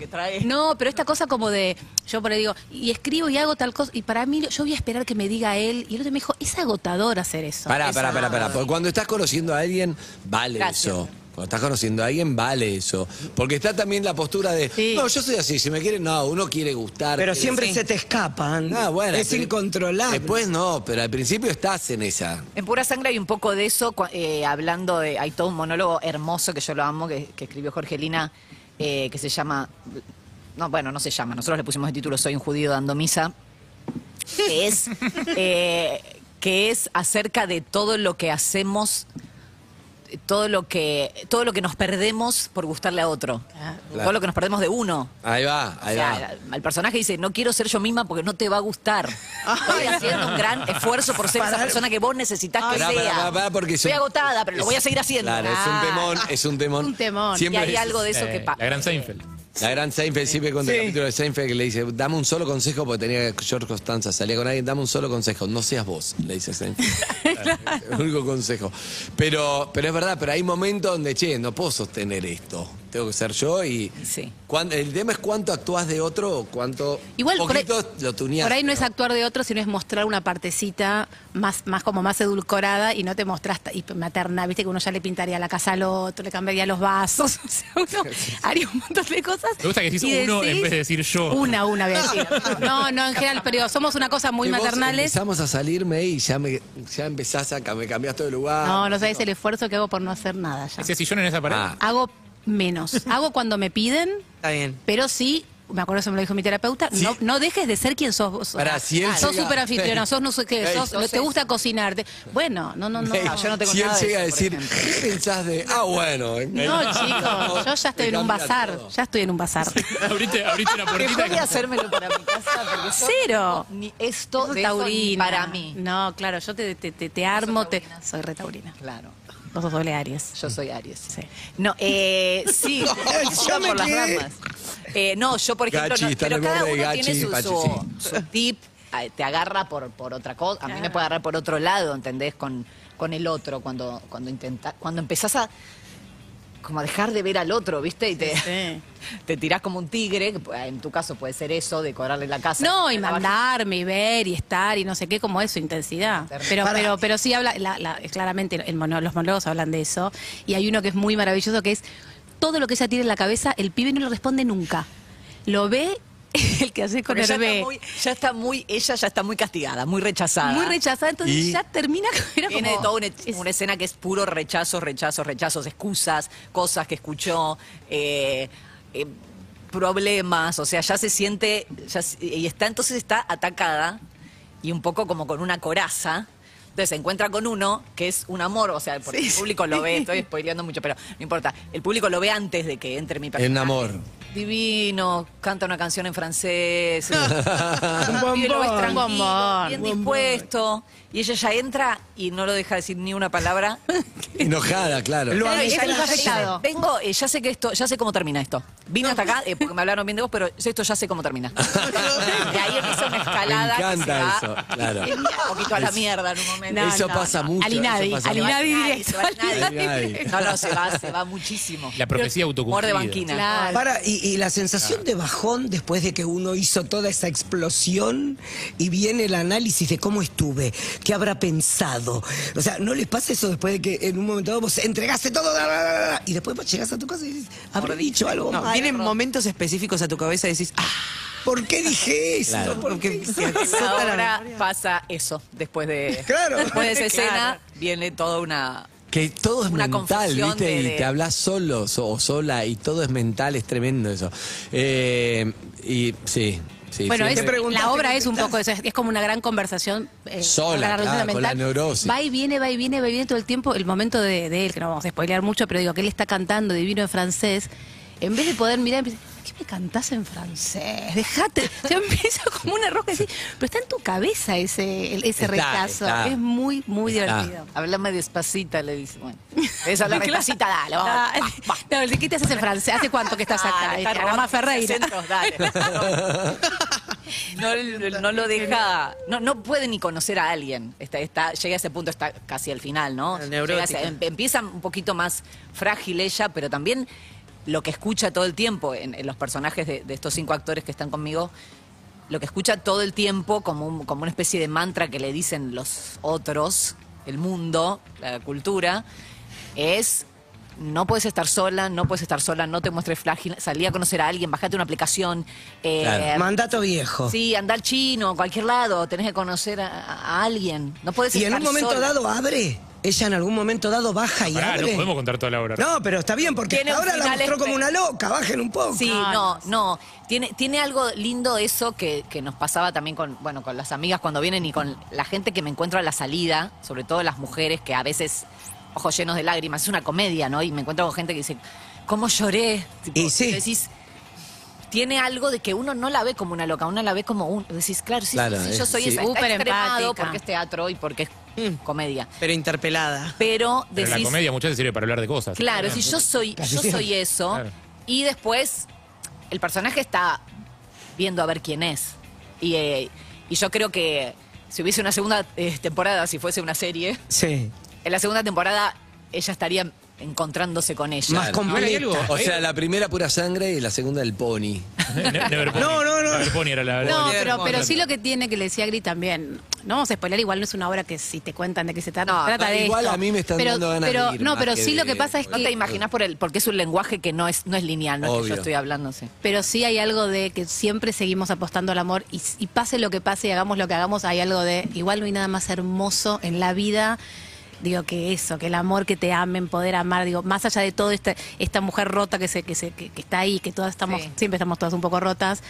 No, pero esta cosa como de, yo por ahí digo, y escribo y hago tal cosa, y para mí, yo voy a esperar que me diga él, y el otro me dijo, es agotador hacer eso. Pará, pará, pará, pará. Porque cuando estás conociendo a alguien, vale Gracias. eso. Cuando estás conociendo a alguien, vale eso. Porque está también la postura de, Sí. no, yo soy así, si me quieren, no, uno quiere gustar. Pero quiere- siempre se te escapan. Ah, bueno, es pero- incontrolable. Después no, pero al principio estás en esa. En Pura Sangre hay un poco de eso, cua- eh, hablando de. Hay todo un monólogo hermoso que yo lo amo, que, que escribió Jorgelina, eh, que se llama. No, bueno, no se llama. Nosotros le pusimos el título Soy un judío dando misa. Que es. eh, que es acerca de todo lo que hacemos. Todo lo que, todo lo que nos perdemos por gustarle a otro. Todo lo que nos perdemos de uno. Ahí va, O ahí va. sea, el personaje dice, no quiero ser yo misma porque no te va a gustar. Estoy haciendo un gran esfuerzo por ser esa persona que vos necesitas que Pará, sea. pará, pará, pará, porque es Estoy un- agotada, pero lo es- voy a seguir haciendo. Claro, es un Ah. [laughs] temón, es [laughs] un temón. Un temón. Y hay es- algo de eso que Eh, pasa. La gran Seinfeld. La gran Seinfeld siempre cuenta el capítulo de Seinfeld que le dice, dame un solo consejo porque tenía George Costanza, salía con alguien, dame un solo consejo, no seas vos, le dice Seinfeld. [laughs] El único consejo. Pero, pero es verdad, pero hay momentos donde, che, no puedo sostener esto. Tengo que ser yo y. Sí. cuán- el tema es cuánto actúas de otro o cuánto. Igual por ahí, poquito lo tuneás, por ahí no es pero- actuar de otro, sino es mostrar una partecita más, más como más edulcorada y no te mostrás ta- y materna, viste que uno ya le pintaría la casa al otro, le cambiaría los vasos, [laughs] o sea, uno haría un montón de cosas. Me gusta que decís y uno en vez de decir yo. Una, una voy a decir. No, no, en general, pero somos una cosa muy Que vos maternales. Empezamos a salirme y ya me ya empezás a cam- me cambiaste de lugar. No, no sabés el esfuerzo que hago por no hacer nada ya. Ese sillón en esa pared. Ah. Hago menos. Hago cuando me piden, Está bien. pero sí. Me acuerdo, eso me lo dijo mi terapeuta. No, no dejes de ser quien sos vos. O sea, Pará, si él sos llega- súper anfitriona, sos no sé qué, Ey, sos- sos te gusta cocinarte. Bueno, no, no, no. Ey, yo no [laughs] tengo si él nada de llega a eso, por decir, ¿qué pensás de? Ah, bueno. No, chicos, yo ya estoy en un bazar. Ya estoy en un bazar. [laughs] abrite, abrite una Dejó puertita. [laughs] y- de hacérmelo para mi casa porque yo Cero. no- Ni esto Sos de eso ni taurina. para mí. No, claro, yo te, te, te, te armo. Te... Soy retaurina. Claro, Vos sos doble Aries. yo soy Aries. Sí. No, eh, sí, yo por las ramas. Eh, no, yo por ejemplo, Gachi, no, está en pero el cada borde de uno Gachi, tiene su, Pachi, su- su tip, eh, te agarra por, por otra cosa, a mí me puede agarrar por otro lado, ¿entendés? Con, con el otro, cuando, cuando intenta, cuando empezás a como a dejar de ver al otro, ¿viste? Y te, sí. [laughs] te tirás como un tigre, que, eh, en tu caso puede ser eso, decorarle la casa. No, y mandarme y ver y estar y no sé qué, como eso, intensidad. Pero, pero, pero sí habla, la- la- claramente el mono- los monólogos hablan de eso. Y hay uno que es muy maravilloso que es todo lo que ella tiene en la cabeza, el pibe no le responde nunca. Lo ve [laughs] el que hace con Porque ya el está, B. muy, ya está muy, ella ya está muy castigada, muy rechazada. Muy rechazada, entonces Y- ya termina con- era Tiene como- toda una, es- una escena que es puro rechazos, rechazos, rechazos, excusas, cosas que escuchó, eh, eh, problemas, o sea, ya se siente, ya se- y está entonces está atacada y un poco como con una coraza. Entonces se encuentra con uno que es un amor, o sea, porque el público lo ve, estoy spoileando mucho, pero no importa. El público lo ve antes de que entre mi En personaje. amor. Divino, canta una canción [laughs] en francés. Un Y lo ves tranquilo, Un bombón. bien dispuesto. Y ella ya entra y no lo deja decir ni una [laughs] palabra. [laughs] Enojada, claro. Lo Claro, amé. y ya es el dice, afectado. Vengo, eh, ya sé que esto, ya sé cómo termina esto. Vine hasta acá eh, porque me hablaron bien de vos, pero esto ya sé cómo termina. [laughs] De ahí empieza una escalada. Me que se encanta va eso, claro. Un poquito a la mierda en un momento. Eso pasa mucho, Al Inadi, eso pasa al mucho. Inadi Nadie, directo. se va nadie. Al Inadi. No, no, se va, [laughs] se va muchísimo. La profecía Humor de autocumplida. banquina. Claro. Para, y, y la sensación de bajón después de que uno hizo toda esa explosión y viene el análisis de cómo estuve, qué habrá pensado. O sea, ¿no les pasa eso después de que en un momento dado vos entregaste todo da, da, da, da, y después vos llegás a tu casa y dices, habré dicho algo No, mal? vienen momentos específicos a tu cabeza y decís, ah, ¿Por qué dije eso? Claro. ¿Por qué porque hice se azota la Ahora memoria. pasa eso después de, Claro. después [laughs] de esa escena Claro. viene toda una Que todo es Una mental, confusión ¿viste? de- Y de- te hablas solo so- o sola y todo es mental, es tremendo eso. Eh, y sí, sí. Bueno, sí, es- me- preguntaste la obra qué es un poco eso, es, es como una gran conversación. eh, Sola, una gran claro, con la neurosis. Va y viene, va y viene, va y viene todo el tiempo. El momento de, de él, que no vamos a spoilear mucho, pero digo que él está cantando divino en francés. En vez de poder mirar, empieza, ¿qué me cantás en francés? Dejate. [laughs] Ya empieza como una roca así. Pero está en tu cabeza ese, el- ese Está, rechazo. está. Es muy, muy Está. divertido. háblame despacita, le dice, bueno, es [laughs] hablar Claro. despacita, dale, Ah, [laughs] vamos. va, va. No, el de qué te haces en francés. ¿Hace cuánto que estás acá? Dale, Este, está Ana robando Más Ferreira. centros, dale. No, no, no lo deja, no, no puede ni conocer a alguien. Está, está, llega a ese punto, está casi al final, ¿no? La neurótica. Llega a ese- em- empieza un poquito más frágil ella, pero también lo que escucha todo el tiempo en, en los personajes de, de estos cinco actores que están conmigo, lo que escucha todo el tiempo como, un- como una especie de mantra que le dicen los otros, el mundo, la cultura, es no puedes estar sola, no puedes estar sola, no te muestres frágil, salí a conocer a alguien, bajate una aplicación. eh, Claro. Mandato viejo. Sí, anda al chino, a cualquier lado, tenés que conocer a, a alguien. No puedes y en estar un momento sola. dado abre. Ella en algún momento dado baja y Ah, Pará, no abre. podemos contar toda la obra. No, pero está bien porque Tiene un ahora la final mostró como espe- una loca. Bajen un poco. Sí, Ah, no, no. Tiene, tiene algo lindo eso que, que nos pasaba también con, bueno, con las amigas cuando vienen y con la gente que me encuentro a la salida, sobre todo las mujeres que a veces, ojos llenos de lágrimas, es una comedia, ¿no? Y me encuentro con gente que dice, ¿cómo lloré? Tipo, Y sí. y decís, tiene algo de que uno no la ve como una loca, uno la ve como un. Decís, claro, sí, Claro, sí, es- yo soy sí. esa. está Súper extremado empática. porque es teatro y porque es comedia. Pero interpelada. Pero Pero decís. la comedia muchas veces sirve para hablar de cosas. Claro, si yo soy, yo soy eso, Claro. y después el personaje está viendo a ver quién es. Y, eh, y yo creo que si hubiese una segunda eh, temporada, si fuese una serie, Sí. en la segunda temporada ella estaría encontrándose con ella. Más Claro. Ahora hay completa. algo. O sea, la primera pura sangre y la segunda el pony. Ne- [laughs] Never Pony. No, no, no. Never Pony era la No, Oliver pero, pero Potter. sí lo que tiene que le decía Gri también. No vamos a spoiler, igual no es una obra que si te cuentan de qué se trata, No, se trata de igual esto. a mí me están pero, dando ganas pero, de ir No, más pero que sí de- lo que pasa es no que... te imaginas por el, porque es un lenguaje que no es, no es lineal, no es que Obvio. yo estoy hablando sí. Pero sí hay algo de que siempre seguimos apostando al amor y, y pase lo que pase y hagamos lo que hagamos, hay algo de igual no hay nada más hermoso en la vida. Digo que eso, que el amor, que te amen, poder amar, digo, más allá de todo este, esta mujer rota que se, que se, que, que está ahí, que todas estamos, Sí. siempre estamos todas un poco rotas,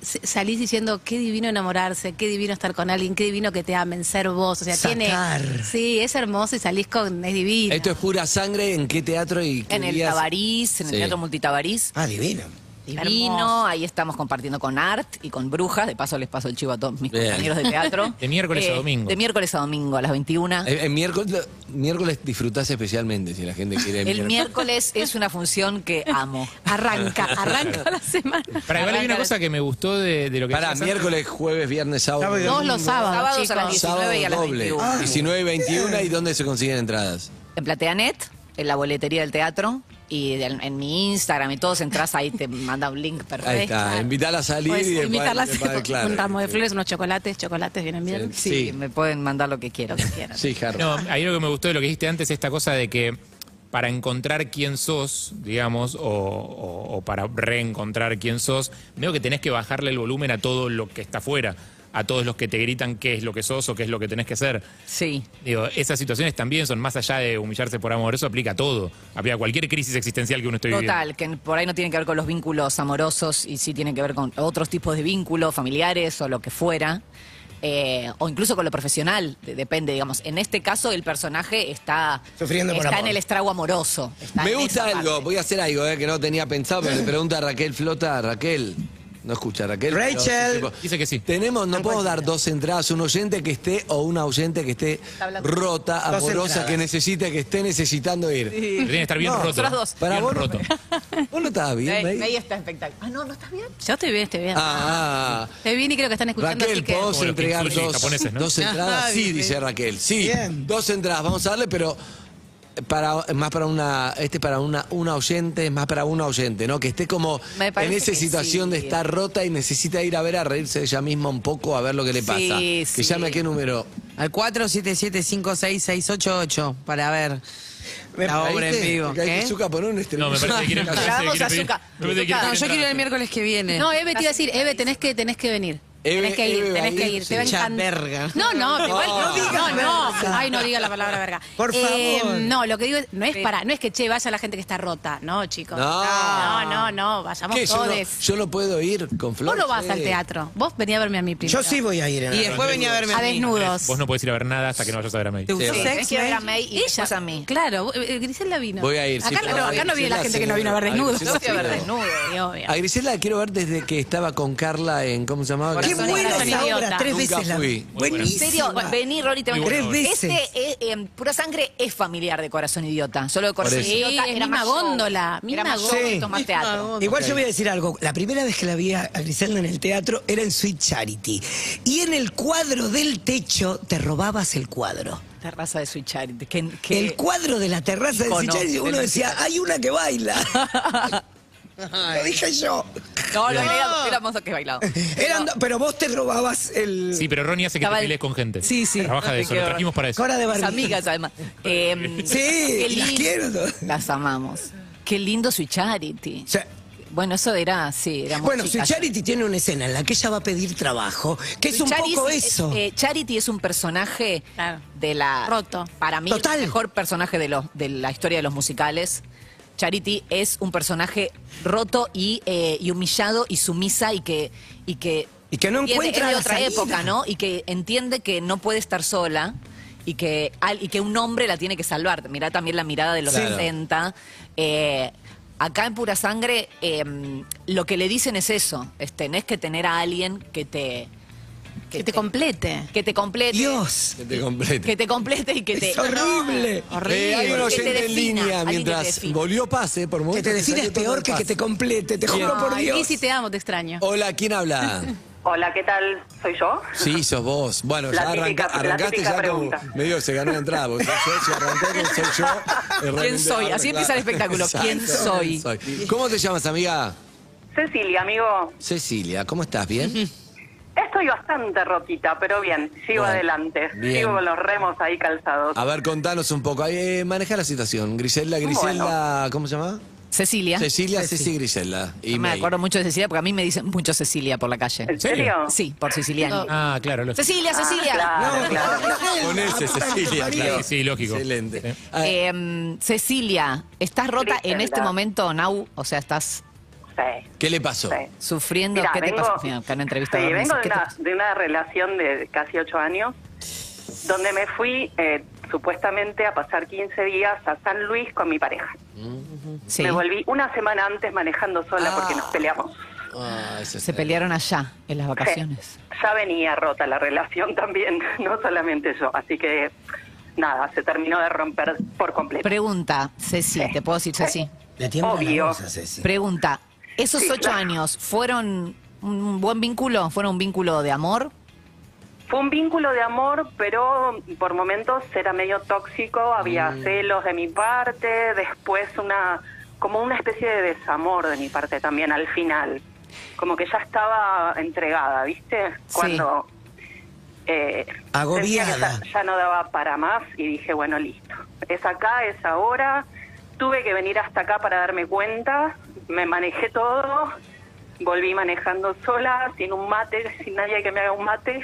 s- salís diciendo qué divino enamorarse, qué divino estar con alguien, qué divino que te amen, ser vos, o sea, tiene, Sacar. sí, es hermoso y salís con, es divino. Esto es pura sangre en qué teatro y qué En el días? Tabarís, en Sí. el Teatro Multitabariz. Ah, divino. Divino, Hermoso. ahí estamos compartiendo con Art y con Brujas. De paso les paso el chivo a todos mis Bien. compañeros de teatro. Eh, De miércoles a domingo. De miércoles a domingo a las 21. Eh, eh, miércoles, miércoles disfrutás especialmente si la gente quiere. [laughs] El miércoles es una función que amo. Arranca, arranca la semana. Para igual hay una cosa que me gustó de, de lo que Para decías miércoles, jueves, viernes, sábado. Sábado y Todos los sábados, Sábados a chicos. las 19 y a las Ah. doble. 21. 19 y 21 y dónde se consiguen entradas. En Plateanet, en la boletería del teatro y del- en, mi Instagram y todos entras ahí, te manda un link perfecto. Ahí está, invitarla a salir Puedes y después- invitarla a hacer después, claro. un ramo de flores, unos chocolates, chocolates vienen bien. Sí. Sí, me pueden mandar lo que [laughs] quieran. Lo que quieran. Sí, Harry. No, ahí lo que me gustó de lo que dijiste antes, esta cosa de que para encontrar quién sos, digamos, o, o- o para reencontrar quién sos, veo que tenés que bajarle el volumen a todo lo que está afuera, a todos los que te gritan qué es lo que sos o qué es lo que tenés que hacer. Sí. Digo, esas situaciones también son más allá de humillarse por amor, eso aplica a todo, aplica a cualquier crisis existencial que uno esté viviendo. Total, que por ahí no tiene que ver con los vínculos amorosos y sí tiene que ver con otros tipos de vínculos familiares o lo que fuera. eh, o incluso con lo profesional, de- depende, digamos. En este caso, el personaje está, Sufriendo por está amor. en el estrago amoroso. está Me en gusta esa algo, parte. voy a hacer algo eh, que no tenía pensado, pero le pregunto a Raquel Flota, Raquel. No escucha, Raquel. pero Rachel. tipo, Dice que sí. Tenemos, no podemos dar dos entradas, un oyente que esté o una oyente que esté rota, Dos amorosa, entradas. que necesite, que esté necesitando ir. Pero Tiene que estar bien roto. nosotros dos. Para bien vos, no- roto. vos no estabas bien, Ahí, May? ahí está espectacular. Ah, no, no estás bien. Yo estoy bien, estoy bien. Ah, ah. Estoy bien y creo que están escuchando así Raquel, que. ¿podemos Como los entregar kintsugi dos, japoneses, ¿no? dos entradas? Ajá, Sí, bien, dice bien. Raquel. Sí, Bien. dos entradas. Vamos a darle, pero para más para una este es para una una oyente es más para una oyente no que esté como Me en parece esa que situación sí. de estar rota y necesita ir a ver a reírse de ella misma un poco a ver lo que le Sí, pasa que sí. llame a qué número Al 477-56688 para ver la obra en ¿Viste? vivo. ¿eh? Porque hay ¿qué? este, que Zucca poner un estreno. No, me parece [laughs] que quieren. me parece que Grabamos quieren a pedir- Zucca. me parece que quieren No, yo quiero pedir ir entradas. el miércoles que viene. No, Eve te iba a decir, Eve, tenés que, tenés que venir. Eve- tenés que ir, Eve tenés que Valdir, ir. Te va a sí. Ya, encan- verga. No, no, te va- No no, no, no. Ay, no diga la palabra verga. Eh, Por favor. No, lo que digo es, no es para, no es que che, vaya la gente que está rota. No, chicos. No. no, no, no, vayamos ¿Qué? Yo, no, todos. yo no puedo ir con Flor. Vos no vas Sí. al teatro. Vos venía a verme a mí primero. Yo sí voy a ir. En Y algo. después venía a verme a A mí. desnudos. Vos no podés ir a ver nada hasta que no vayas a ver a May. ¿Te gustó Sí, Tenés Sex, que ver a May? May y después a mí. Claro, eh, Griselda vino. Voy a ir, sí, Acá, pero no, a acá no viene la Griselda gente que no seguro. vino a ver A desnudos. Griselda Yo fui a ver seguro. desnudos. Sí, obvio. A Grisela la quiero ver desde que estaba con Carla en. ¿Cómo se llamaba? Qué Corazón buena idiota. esa obra, tres Nunca veces la fui. buena. En serio, Buenísima. vení, Rory, te Muy voy a- buena Tres obra. veces. Este, eh, em, Pura Sangre es familiar de Corazón Idiota. Solo de Por Corazón eso. Idiota Sí, es era misma más show. góndola, misma Era más show, góndola. esto es más teatro. Igual yo voy a decir algo. La primera vez que la vi a a Griselda en el teatro era en Sweet Charity. Y en el cuadro del techo te robabas el cuadro. Terraza de Sweet Charity. Que, que- [laughs] El cuadro de la terraza de Icono Sweet Charity, del [laughs] uno decía, hay una que baila. Lo dije yo. No, no, Bien. éramos, éramos dos que [laughs] bailábamos. Eran do- pero vos te robabas el. Sí, pero Ronnie hace que Estaba te el- pelees con gente. Sí, sí. Trabaja de eso, lo Qué trajimos para eso. Cora de Mis Barrio. amigas, además. Eh, Sí, qué las lindo. quiero. todas. Las amamos. Qué lindo su charity. O sea, Bueno, eso era, sí, éramos bueno, si chicas. Charity tiene una escena en la que ella va a pedir trabajo, que es un Charis- poco eso. eh, Charity es un personaje Claro. de la. Roto. Para mí, Total. el mejor personaje de, los, de la historia de los musicales. Charity es un personaje roto y, eh, y humillado y sumisa y que. Y que, Y que no entiende- encuentra es de la otra salida. época, ¿no? Y que entiende que no puede estar sola. Y que, al- y que un hombre la tiene que salvar. Mirá también la mirada de los Claro. 60. Eh, acá en Pura Sangre, eh, lo que le dicen es eso. Es, tenés que tener a alguien que te, Que te complete. que te complete. Dios, Que te complete. Que te complete y que te. es horrible. Eh, hay un Que te oyente en defina, línea alguien que te mientras defina. volvió pase por Que momentos. te defines salió todo peor el que que te pase. complete, te juro por Ay, Dios. Lizzy, te amo, te extraño. Hola, ¿quién habla? Hola, ¿qué tal? ¿Soy yo? Sí, sos vos. Bueno, La ya típica- arranca- la arrancaste típica ya como pregunta. medio se ganó la entrada. Porque sos yo, si arranqué, que soy [laughs] yo. es realmente- soy? Así empieza el espectáculo. ¿Quién soy? ¿Cómo te llamas, amiga? Cecilia, amigo. Cecilia, ¿cómo estás? ¿Bien? Estoy bastante rotita, pero bien, sigo Bueno, adelante. bien. Ah, Sigo con los remos ahí calzados. [laughs] A ver, contanos un poco. Eh, maneja la situación. Griselda, Griselda, ¿cómo se llama? Cecilia. Cecilia, Ceci, Griselda. Y No me May. acuerdo mucho de Cecilia porque a mí me dicen mucho Cecilia por la calle. ¿En serio? Sí, por siciliano. Ah, claro, lo Cecilia, Cecilia. Claro, No, claro. Con ese, Cecilia, claro. Sí, lógico. Excelente. Sí. Ah, Eh, Cecilia, estás rota en Griselda. este momento, Nau. O sea, estás Sí, ¿Qué le pasó? sí. sufriendo. Mirá, ¿Qué te vengo- pasa? Mira, acá en entrevista sí, a Dormis, vengo de ¿qué te una, pasa? de una relación de casi ocho años, donde me fui eh, supuestamente a pasar 15 días a San Luis con mi pareja. Sí. Me volví una semana antes manejando sola porque nos peleamos. Ah, eso Se está- pelearon allá, en las vacaciones. Sí, ya venía rota la relación [laughs] también, no solamente yo. Así que nada, se terminó de romper por completo. Pregunta, Ceci, ¿te puedo decir Ceci? Le tiemblan las Obvio. cosas, Ceci. Pregunta, ¿esos Sí, ocho claro. años fueron un buen vínculo? ¿Fueron un vínculo de amor? Fue un vínculo de amor, pero por momentos era medio tóxico, había Mm. celos de mi parte, después una como una especie de desamor de mi parte también al final. Como que ya estaba entregada, ¿viste? Sí. Cuando eh, Agobiada. sentía que Ya, ya no daba para más y dije, bueno, listo. Es acá, es ahora. Tuve que venir hasta acá para darme cuenta. Me manejé todo. Volví manejando sola, sin un mate, sin nadie que me haga un mate.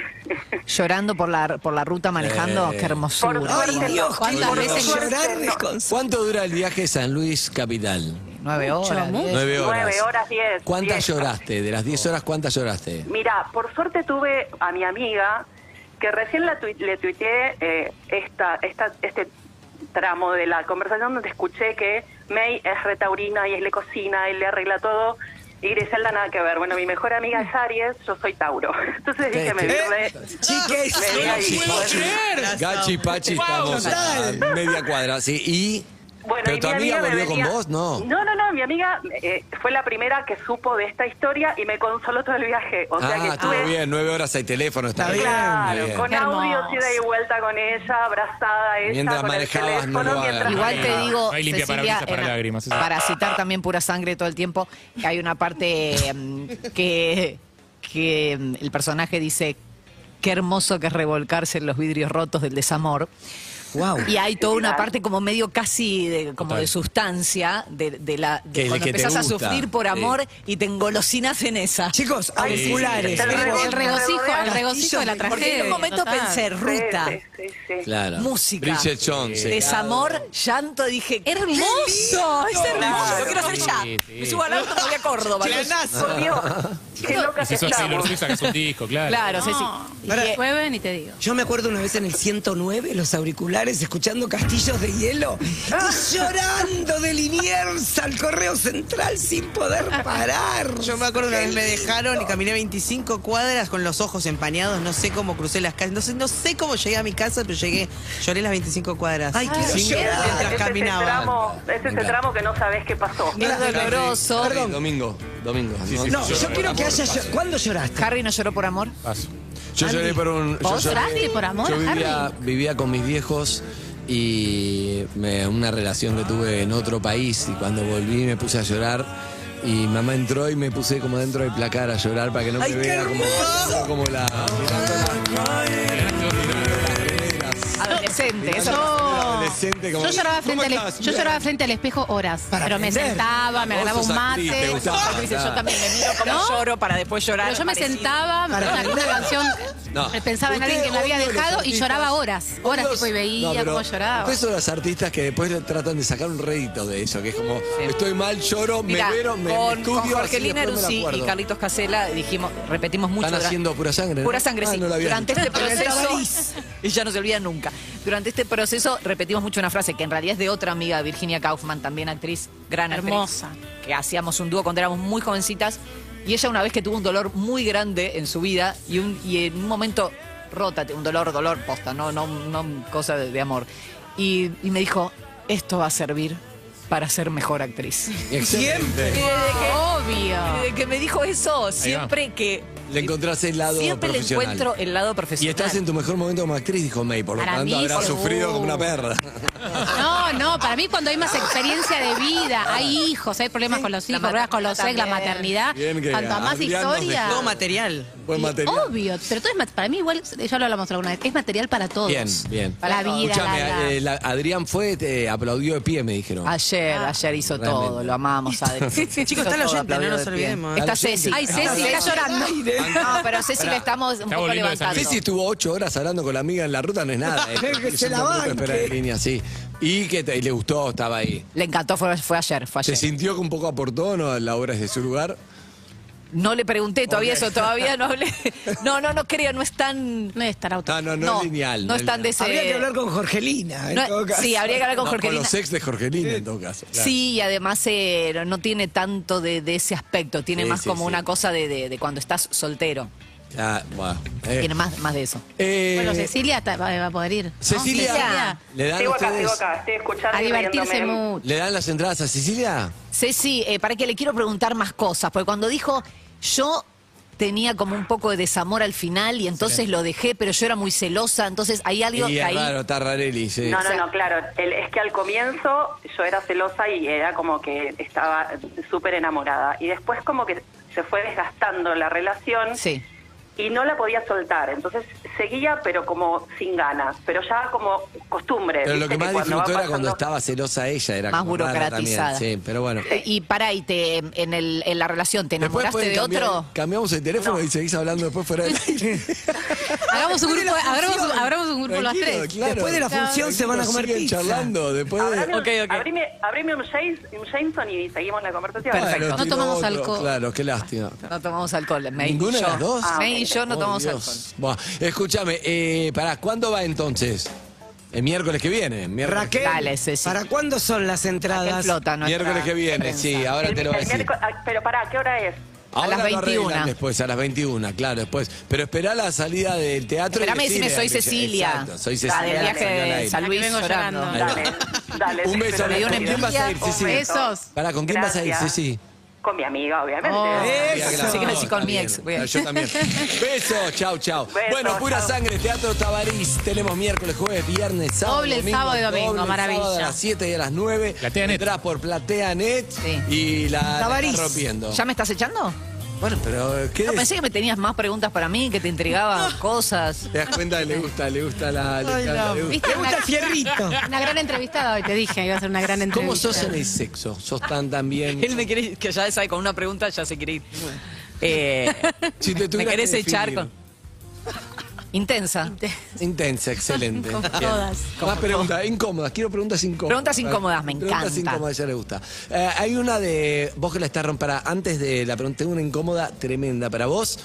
Llorando por la, por la ruta manejando, Eh. qué hermosura. Por Ay, suerte, Dios, qué ¿Cuántas dolor. veces Por llorar suerte, no. desconsolado. ¿Cuánto dura el viaje de San Luis Capital? Nueve horas. mucho. diez. Nueve horas. Nueve horas, diez, ¿Cuántas diez. lloraste? De las diez horas, ¿cuántas lloraste? Mira, por suerte tuve a mi amiga, que recién la tui- le tuiteé eh, esta, esta, este tramo de la conversación donde escuché que May es retaurina y es le cocina y le arregla todo. Y Griselda nada que ver. Bueno, mi mejor amiga es Aries, yo soy Tauro. [laughs] Entonces dije, me ¿Eh? virle. Chiques, Me vi ahí. Gachi, Pachi, Wow, estamos a media cuadra. Sí, y. Bueno, ¿Pero y tu mi amiga me volvió con venía- vos? No. No, no, no, mi amiga eh, fue la primera que supo de esta historia y me consoló todo el viaje. O sea que ah, estuve estuvo bien, nueve horas hay teléfono, está, Está bien. Claro, está bien. con Qué audios hermoso. ida y vuelta con ella, abrazada ella, Mientras con el manejabas, teléfono, no lo hagas. mientras Igual te manejaba. digo, No hay limpia Cecilia, parabrisas para en- lágrimas, eso. para citar también pura sangre todo el tiempo, hay una parte em, que, que em, el personaje dice, qué hermoso que es revolcarse en los vidrios rotos del desamor. Wow. Y hay toda una parte como medio casi de, como Total. de sustancia, de, de la de Que es la cuando que te empezás a gusta, sufrir por sí. amor y te engolosinas en esa. Chicos, auriculares. Te lo Pero- rego- El regocijo, el regocijo de la Porque Porque tragedia. en un momento total. pensé, ruta, Sí, sí, sí, sí. Claro. Música. Bridget Jones. sí. Ah, desamor, llanto, dije, ¡Hermoso! Es hermoso, Claro. lo quiero hacer ya. Sí, sí. Me subo al auto, me voy a Córdoba. Por Dios, qué locas Si sos Taylor estamos. Swift, sacas un disco, claro. Claro, Ceci. Dije, Jueven y te digo. Yo me acuerdo una vez en el 109, los auriculares, escuchando castillos de hielo y llorando de Liniers al correo central sin poder parar. Yo me acuerdo una vez me dejaron y caminé 25 cuadras con los ojos empañados, no sé cómo crucé las calles, no sé, no sé cómo llegué a mi casa, pero llegué, lloré las 25 cuadras. Ay, Este quiero Sí, llorar. Mientras este Ese es el caminaba. tramo, ese es el tramo que no sabes qué pasó. es doloroso. Harry, Domingo, domingo. sí, No, sí, yo quiero que haya. llo- ¿Cuándo lloraste? Harry no lloró por amor. Paso. Yo lloré por un. yo ¿Vos lloré- lloraste por amor, Yo vivía, vivía con mis viejos y me- una relación que tuve en otro país y cuando volví me puse a llorar Y mamá entró y me puse como dentro del placar a llorar para que no ¡Ay, me qué vea como, hermoso! como la. Adolescente, eso. adolescente como- Yo lloraba ¿Cómo frente al, estás? es- yo Mira. lloraba frente al espejo horas, Para pero me aprender. sentaba, me Vos agarraba sos un actriz, te mate. gustaba Tú dices, cantar. yo también me miro como ¿No? lloro para después llorar. Pero yo me parecido. sentaba, me Para ponía una aprender. canción, No. pensaba en alguien que me había Ustedes odian dejado los y artistas. lloraba horas. Horas Odian- tipo y No, veía pero cómo lloraba. Ustedes son los artistas que después le tratan de sacar un rédito de eso, que es como, estoy mal, lloro, Mirá, me vero, me, me con, estudio. con Jorgelina Eruzzi y Carlitos Casela dijimos, repetimos mucho. Están durante- haciendo pura sangre, ¿no? Pura sangre, Ah, sí. no la había Durante visto. este Tabarís. proceso. y ya no se olvida nunca. Durante este proceso repetimos mucho una frase que en realidad es de otra amiga, Virginia Kaufman, también actriz, gran actriz, Hermosa. que hacíamos un dúo cuando éramos muy jovencitas. Y ella una vez que tuvo un dolor muy grande en su vida y, un- y en un momento rótate, un dolor, dolor posta, no, no, no cosa de, de amor. Y, y me dijo, esto va a servir para ser mejor actriz. Siempre. Y desde que- Obvio. desde que me dijo eso, siempre que. Le encontrás el lado Siempre le profesional. encuentro el lado Y profesional. estás en tu mejor momento como actriz, dijo May, por lo Para tanto mí, habrás seguro. sufrido como una perra. No, no, para mí cuando hay más experiencia de vida, hay hijos, hay problemas con los hijos, problemas con los ex, la también. maternidad. Bien que Cuanto más Adrián nos historia. dejó. Todo material. [laughs] Buen Y material. Obvio, pero todo es mat- para mí igual, ya lo hablamos alguna vez, es material para todos. Bien, bien. Para la vida. Escuchame, la- la- eh, la- Adrián fue, te aplaudió de pie, me dijeron. Ayer, ayer hizo Realmente. todo, lo amamos, Adri. Hizo está la todo, oyente, no aplaudió nos de pie. olvidemos. Está Está la Ceci. oyente. Ay, Ceci, está llorando. No, pero a Ceci le estamos un Está poco volviendo de levantando. San Ceci estuvo ocho horas hablando con la amiga en la ruta, no es nada. [laughs] eh. Que se la un minuto de banque. espera en línea, sí. Y que te- y le gustó, estaba ahí. Le encantó, fue, fue ayer, fue ¿Se ayer. sintió que un poco aportó o no la obra es de su lugar? Oh, No le pregunté todavía eso, todavía no [laughs] hablé. No, no, no creo, no es tan. No es tan auto. No, no, no, es lineal. No es tan de Ah, ese. Habría que hablar con Jorgelina. en no- todo caso. sí, habría que hablar con No, Jorgelina. los ex de Jorgelina, en todo caso. Sí, y además eh, no- no tiene tanto de, de ese aspecto, tiene Sí, más sí, como sí. una cosa de, de- de cuando estás soltero. Ah, bueno. Eh, Tiene más, más de eso. eh, Bueno, Cecilia ta- va, va a poder ir. ¿no? Cecilia, ¿le dan Sigo acá, ustedes- sigo acá, estoy escuchando. A y divertirse riéndome. mucho. ¿Le dan las entradas a Cecilia? Ceci, eh, para que le quiero preguntar más cosas, porque cuando dijo yo tenía como un poco de desamor al final y entonces lo dejé, pero yo era muy celosa, entonces hay algo Y que es ahí... raro, Tarrarelli, sí. No, no, no, claro. El- es que al comienzo yo era celosa y era como que estaba súper enamorada. Y después como que se fue desgastando la relación Sí. y no la podía soltar. Entonces seguía, pero como sin ganas. Pero ya como costumbre. Pero lo ¿viste? que más cuando va disfrutó era cuando pasando- estaba celosa ella, era Más como rara también, burocratizada. Sí, pero bueno. Y para y te, en, el- en la relación, ¿te Después enamoraste pueden de cambiar- otro? Cambiamos el teléfono y seguís hablando después fuera del [laughs] aire. Hagamos un grupo, abramos un, abramos un grupo los Tranquilo, tres. claro. Después de la función se van a comer siguen pizza. charlando, después de... Abrime, Ok, ok. abrime- abrime un, James- un Jameson y seguimos la conversación. Bueno, Perfecto. No tiró tomamos otro, alcohol. Claro, qué lástima. No tomamos alcohol, May y ¿Ninguna de yo. las dos? Ah, May y yo no Oh, tomamos Dios. alcohol. Bueno, escúchame, eh, ¿para cuándo va entonces? El miércoles que viene. Miércoles, Raquel, Dale, Ceci. ¿para cuándo son las Que entradas? flota nuestra miércoles que viene, prensa. sí, ahora El- te lo voy a el decir. miércoles- ah, pero pará, ¿qué hora es? Ahora las lo arreglan 21. Después, a las 21, claro, después. Pero esperá la salida del teatro. y Esperame decile, decime, soy Alicia. Cecilia. Exacto, soy La Cecilia. del viaje salió al de aire. San Luis Aquí vengo llorando. llorando. Dale, dale. Un beso, espero ¿con que quién quieras. vas a ir, Cecilia? Un beso. Besos. Pará, ¿con quién vas a ir, Gracias. Ceci? Con mi amiga, Oh, obviamente. Mira Así que las nací dos, con mi está ex, bien. voy. [laughs] Yo también. Besos, chau, chau. Besos, bueno, pura chau. sangre, Teatro Tabarís. Tenemos miércoles, jueves, viernes, sábado. Doble el sábado y domingo, doble el maravilla. sábado a las 7 y a las 9. Platea Net. Entrás por PlateaNet Sí. y la, la Tabarís. estás rompiendo. ¿Ya me estás echando? Bueno, pero eh, ¿qué No, des- pensé que me tenías más preguntas para mí, que te intrigaban cosas. Te das cuenta que le gusta, le gusta la. le gusta- le gusta. ¿Viste? Una, Pregunta Fierrito. una gran entrevistada hoy, te dije, iba a ser una gran entrevista. ¿Cómo sos en el sexo? ¿Sos tan tan bien? [laughs] Él me quiere, que ya sabe, con una pregunta ya se quiere ir. Eh, [laughs] Si te me tuvieras querés que echar definir. con... Intensa. Intensa, excelente. Como Bien. todas. Más preguntas incómodas, quiero preguntas incómodas. Preguntas incómodas, me Preguntas encanta. incómodas, ya le gusta. Eh, hay una de vos que la estás rompiendo. Para, antes de la pregunta, tengo una incómoda tremenda para vos,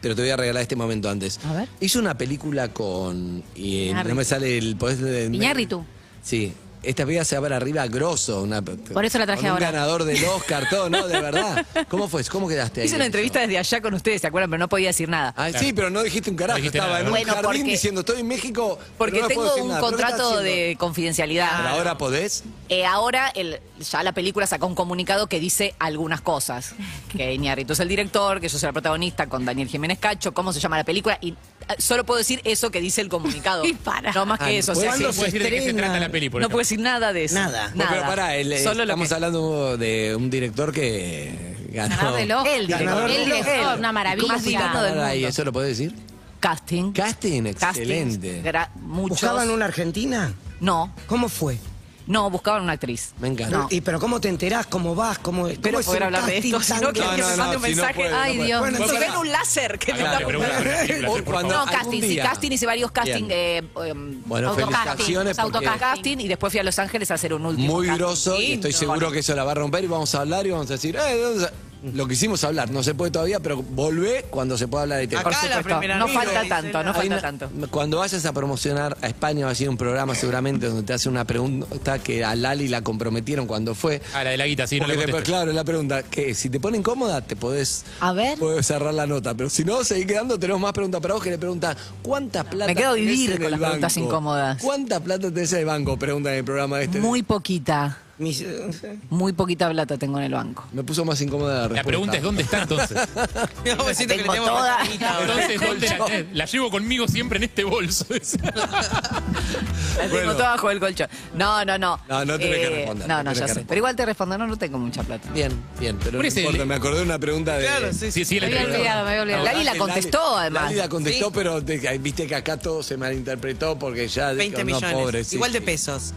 pero te voy a regalar este momento antes. A ver. Hizo una película con. Y eh, Iñárritu. no me sale el. ¿podés de- Iñárritu. Sí. Esta película se va para arriba grosso. Una, Por eso la traje un ahora. ganador del Oscar, todo, ¿no? De verdad. ¿Cómo fue? ¿Cómo quedaste ahí? Hice una entrevista desde allá con ustedes, ¿se acuerdan? Pero no podía decir nada. Ah, sí, pero no dijiste un carajo. No dijiste Estaba nada. en un Bueno, jardín porque- diciendo, estoy en México. pero Porque no les puedo tengo decir un nada". Pero estás contrato haciendo- de confidencialidad. Pero ahora podés. Eh, ahora el- ya la película sacó un comunicado que dice algunas [laughs] cosas. Que Iñárritu es el director, que yo soy la protagonista con Daniel Jiménez Cacho, cómo se llama la película. Y eh, solo puedo decir eso que dice el [laughs] comunicado. Y para. No más que Ah, eso. o sea, ¿cuándo sí. puedes decir de qué se estrena? trata la peli, por no ejemplo. puedo decir nada de eso. Nada. Bueno, pero pará, el- eh, Solo lo estamos que- hablando de un director que ganó. Ganador del Oscar. Él, Ganador Él del dejó Oscar. una maravilla. ¿Cómo se llama? del Ahora, ¿y mundo. ¿Eso lo podés decir? Casting. Casting, Castings, excelente. gra- muchos. ¿Buscaban una argentina? No, ¿Cómo fue? no, buscaban una actriz. Me encanta. No. ¿Y pero cómo te enterás? ¿Cómo vas? ¿Cómo, Pero cómo es poder un hablar de casting esto, si tan no, que No, grande? no, me mande no, un si no mensaje. puede, no Ay, puede. Dios. Bueno, Si entonces- ven un láser que me Acá está te pregunto, apuntando. Florencia, O por cuando favor. No, casting, Algún sí, día. casting hice varios castings. Bien. Eh, em, Bueno, autocasting, felicitaciones porque- autocasting, y después fui a Los Ángeles a hacer un último. Muy casting. grosso y estoy No, seguro no. que eso la va a romper y vamos a hablar y vamos a decir, eh, ¿de dónde sa-?" lo que hicimos hablar, no se puede todavía, pero volvé cuando se pueda hablar de tema. Acá la supuesto, primera no novela, falta dice tanto, la- no Hay falta una- tanto. Cuando vayas a promocionar a España va a ser un programa seguramente donde te hace una pregunta que a Lali la comprometieron cuando fue. A Ah, la de la guita, sí, no Porque le te- contesto. claro, la pregunta, que si te pone incómoda, te podés, A ver. podés cerrar la nota. Pero si no, seguís quedando, tenemos más preguntas para vos que le preguntan, ¿cuántas plata Me quedo tenés vivir en con el las preguntas banco? incómodas. ¿Cuánta plata tenés en el banco? Pregunta en el programa este. Muy poquita, Mis- eh, muy [laughs] poquita plata tengo en el banco. Me puso más incómoda la respuesta. La pregunta es: ¿dónde está entonces? [laughs] No, me siento que le Tengo tengo toda. bastante guita ahora. Entonces, ¿dónde la tenés? La llevo conmigo siempre en este bolso. [laughs] La tengo Bueno. toda bajo el colchón. No, no, no. Eh, No, no tenés que responder, No, no, ya no tenés que sé. responder. Pero igual te respondo, no, no tengo mucha plata. Bien, bien, pero no Por ese- importa, me acordé de una pregunta de... Claro, sí, Sí, sí, Me la había entrevista. olvidado, me había olvidado. Lali la Lali- contestó, además. Lali la contestó, Sí. pero te- viste que acá todo se malinterpretó porque ya... dijo, 20 no, millones. pobre, sí, Igual de sí. pesos.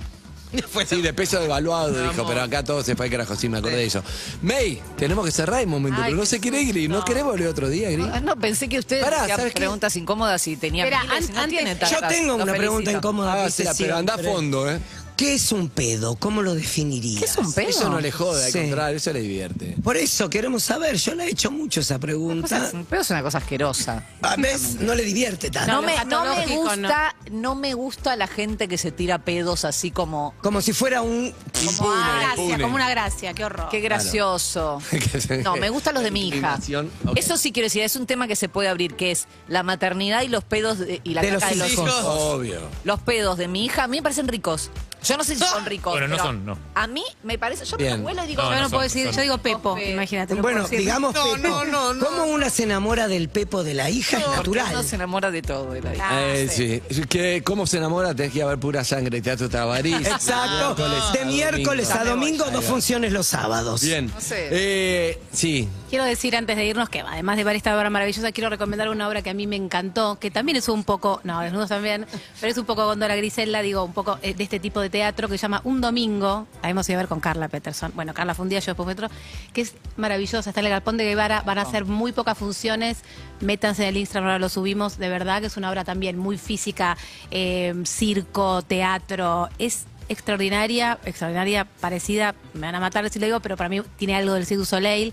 Fue Sí, de peso devaluado, dijo, Vamos. pero acá todo se fue al carajo, sí, me acordé de eso. May, tenemos que cerrar el momento, Ay, pero no qué se quiere ir, susto. Gris, ¿no querés volver otro día, Gris? Ah, Ah, No, no, pensé que ustedes Pará, hacían ¿sabes qué? preguntas incómodas y tenían Espera, miles, an- no antes- tienen Yo tantas. tengo Los una pregunta felicito. incómoda. que Hágasela, hice pero anda a siempre. fondo, ¿eh? ¿Qué es un pedo? ¿Cómo lo definirías? ¿Qué es un pedo? Eso no le jode, al Sí. contrario, eso le divierte. Por eso queremos saber. Yo la he hecho mucho esa Una cosa pregunta. es- un pedo es una cosa asquerosa. A veces no le divierte tanto. No lo me, no me patológico, gusta, no. me gusta la gente que se tira pedos así como Como si fuera un. Como una gracia, impune. como una gracia, qué horror. Ah, qué [laughs] gracioso. Que se- No, me gustan los de mi hija. Inclinación, ok. Eso sí quiero decir, es un tema que se puede abrir, que es la maternidad y los pedos de- y la De los caca de los hijos. hijos. Obvio. Los pedos de mi hija a mí me parecen ricos. Yo no sé si [laughs] son ricos. Bueno, no pero son, no. A mí me parece. Yo me Bien. abuelo y digo, No, yo no, no son, puedo decir, son. yo digo Pepo, Pepe. imagínate. no Bueno, puedo decir. digamos No, Pepo. no, no, no. ¿Cómo una se enamora del Pepo de la hija? es porque natural. uno se enamora de todo de la vida. Ah, Eh, sí. sí. Es que, ¿Cómo se enamora? Tenés que ir a ver pura sangre, teatro Tabarís. Exacto. De miércoles a domingo, dos funciones los sábados. Bien. No sé. Eh, sí. Quiero decir antes de irnos que además de ver esta obra maravillosa, quiero recomendar una obra que a mí me encantó, que también es un poco, no, desnudos también, pero es un poco Gondola Griselda, digo, un poco eh, de este tipo de teatro que se llama Un Domingo, la hemos ido a ver con Carla Peterson, bueno, Carla fue un día, yo después fui otro, que es maravillosa, está en el Galpón de Guevara, van a hacer muy pocas funciones, métanse en el Instagram, ahora lo subimos, de verdad que es una obra también muy física, eh, circo, teatro, es extraordinaria, extraordinaria, parecida, me van a matar si lo digo, pero para mí tiene algo del Cirque du Soleil,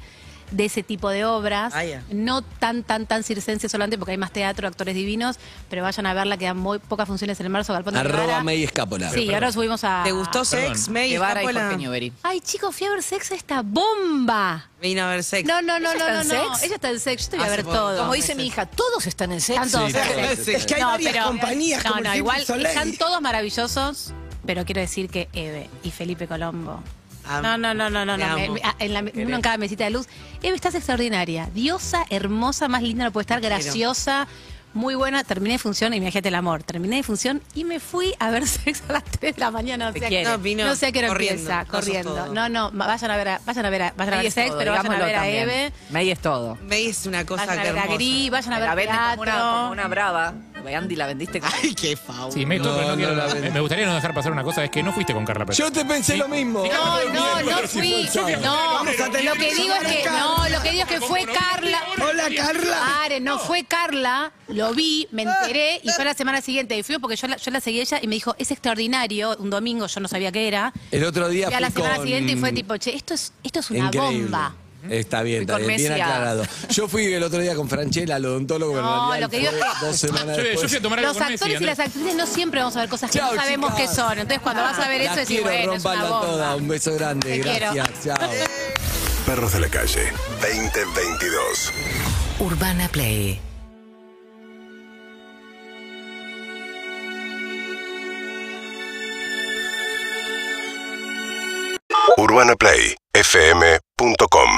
de ese tipo de obras. Ah, ya. No tan, tan, tan circense solamente porque hay más teatro, actores divinos, pero vayan a verla, quedan muy pocas funciones en marzo, Galpón de Arroba Guevara. May Escápola. Sí, ahora subimos a... ¿Te gustó Sex, Perdón. May? Ah, Guevara y Escapola? Jorge Newbery. Ay, chicos, fui a ver Sex esta bomba. Vino a ver Sex. No, no, no, ¿Ella no, no, está en no. Sex? Ella está en sex, yo te voy a Hace ver poco. todo. Como Ay, dice sí. mi hija, todos están en sexo. Están todos en sex. sí. Es que hay No, varias pero- compañías No, como no, el igual Cirque du Soleil. están todos maravillosos, pero quiero decir que Eve y Felipe Colombo. Am- No, no, no, no, no, Te no, me- amo. me- ah, en la- Querés. uno en cada mesita de luz. Eve, estás extraordinaria. Diosa, hermosa, más linda no puede estar, graciosa, muy buena. Terminé de función y viajé el amor. Terminé de función y me fui a ver [laughs] sexo a las 3 de la mañana. O Te sea, quiere. no, No, vino no sé a qué hora corriendo, empieza, eso es corriendo. todo. No, no, ma- vayan a ver a, vayan a ver a, vayan a May ver es sex, todo, pero vayan a digámoslo ver a también. Eve. May es todo. May es una cosa Vayan a que ver a hermosa. Gris, vayan a la ver venden como una, como teatro. una brava. Andy la vendiste como... Ay, qué favor. Sí, me, toca, No, no no quiero- la me- ven. me gustaría no dejar pasar una cosa, es que no fuiste con Carla Pérez. Yo te pensé lo mismo. No, no, no fui. No, lo que digo es que no, lo que digo es que fue Carla. Hola, Carla. Are, no fue Carla, lo vi, me enteré y fue la semana siguiente y fui porque yo la, yo la seguí a ella y me dijo, es extraordinario, un domingo yo no sabía qué era. El otro día Y a la fui semana con- siguiente y fue tipo, che, esto es, esto es una Increíble. bomba. Está bien, Fui está con bien, bien Messi a- aclarado. Yo fui el otro día con Franchella, al odontólogo, pero No, en realidad lo que digo fue es que- dos [laughs] semanas Yo- yo después. fui a tomar algo Los con Messi, actores y Andrés. las actrices no siempre vamos a ver cosas que Chao, no sabemos qué chicas. son. Entonces cuando vas a ver La eso decís, quiero bueno, es una romperla bomba. toda. Un beso grande, Te quiero. gracias. Chao. Perros de la calle 2022. Urbana Play UrbanaPlayFM.com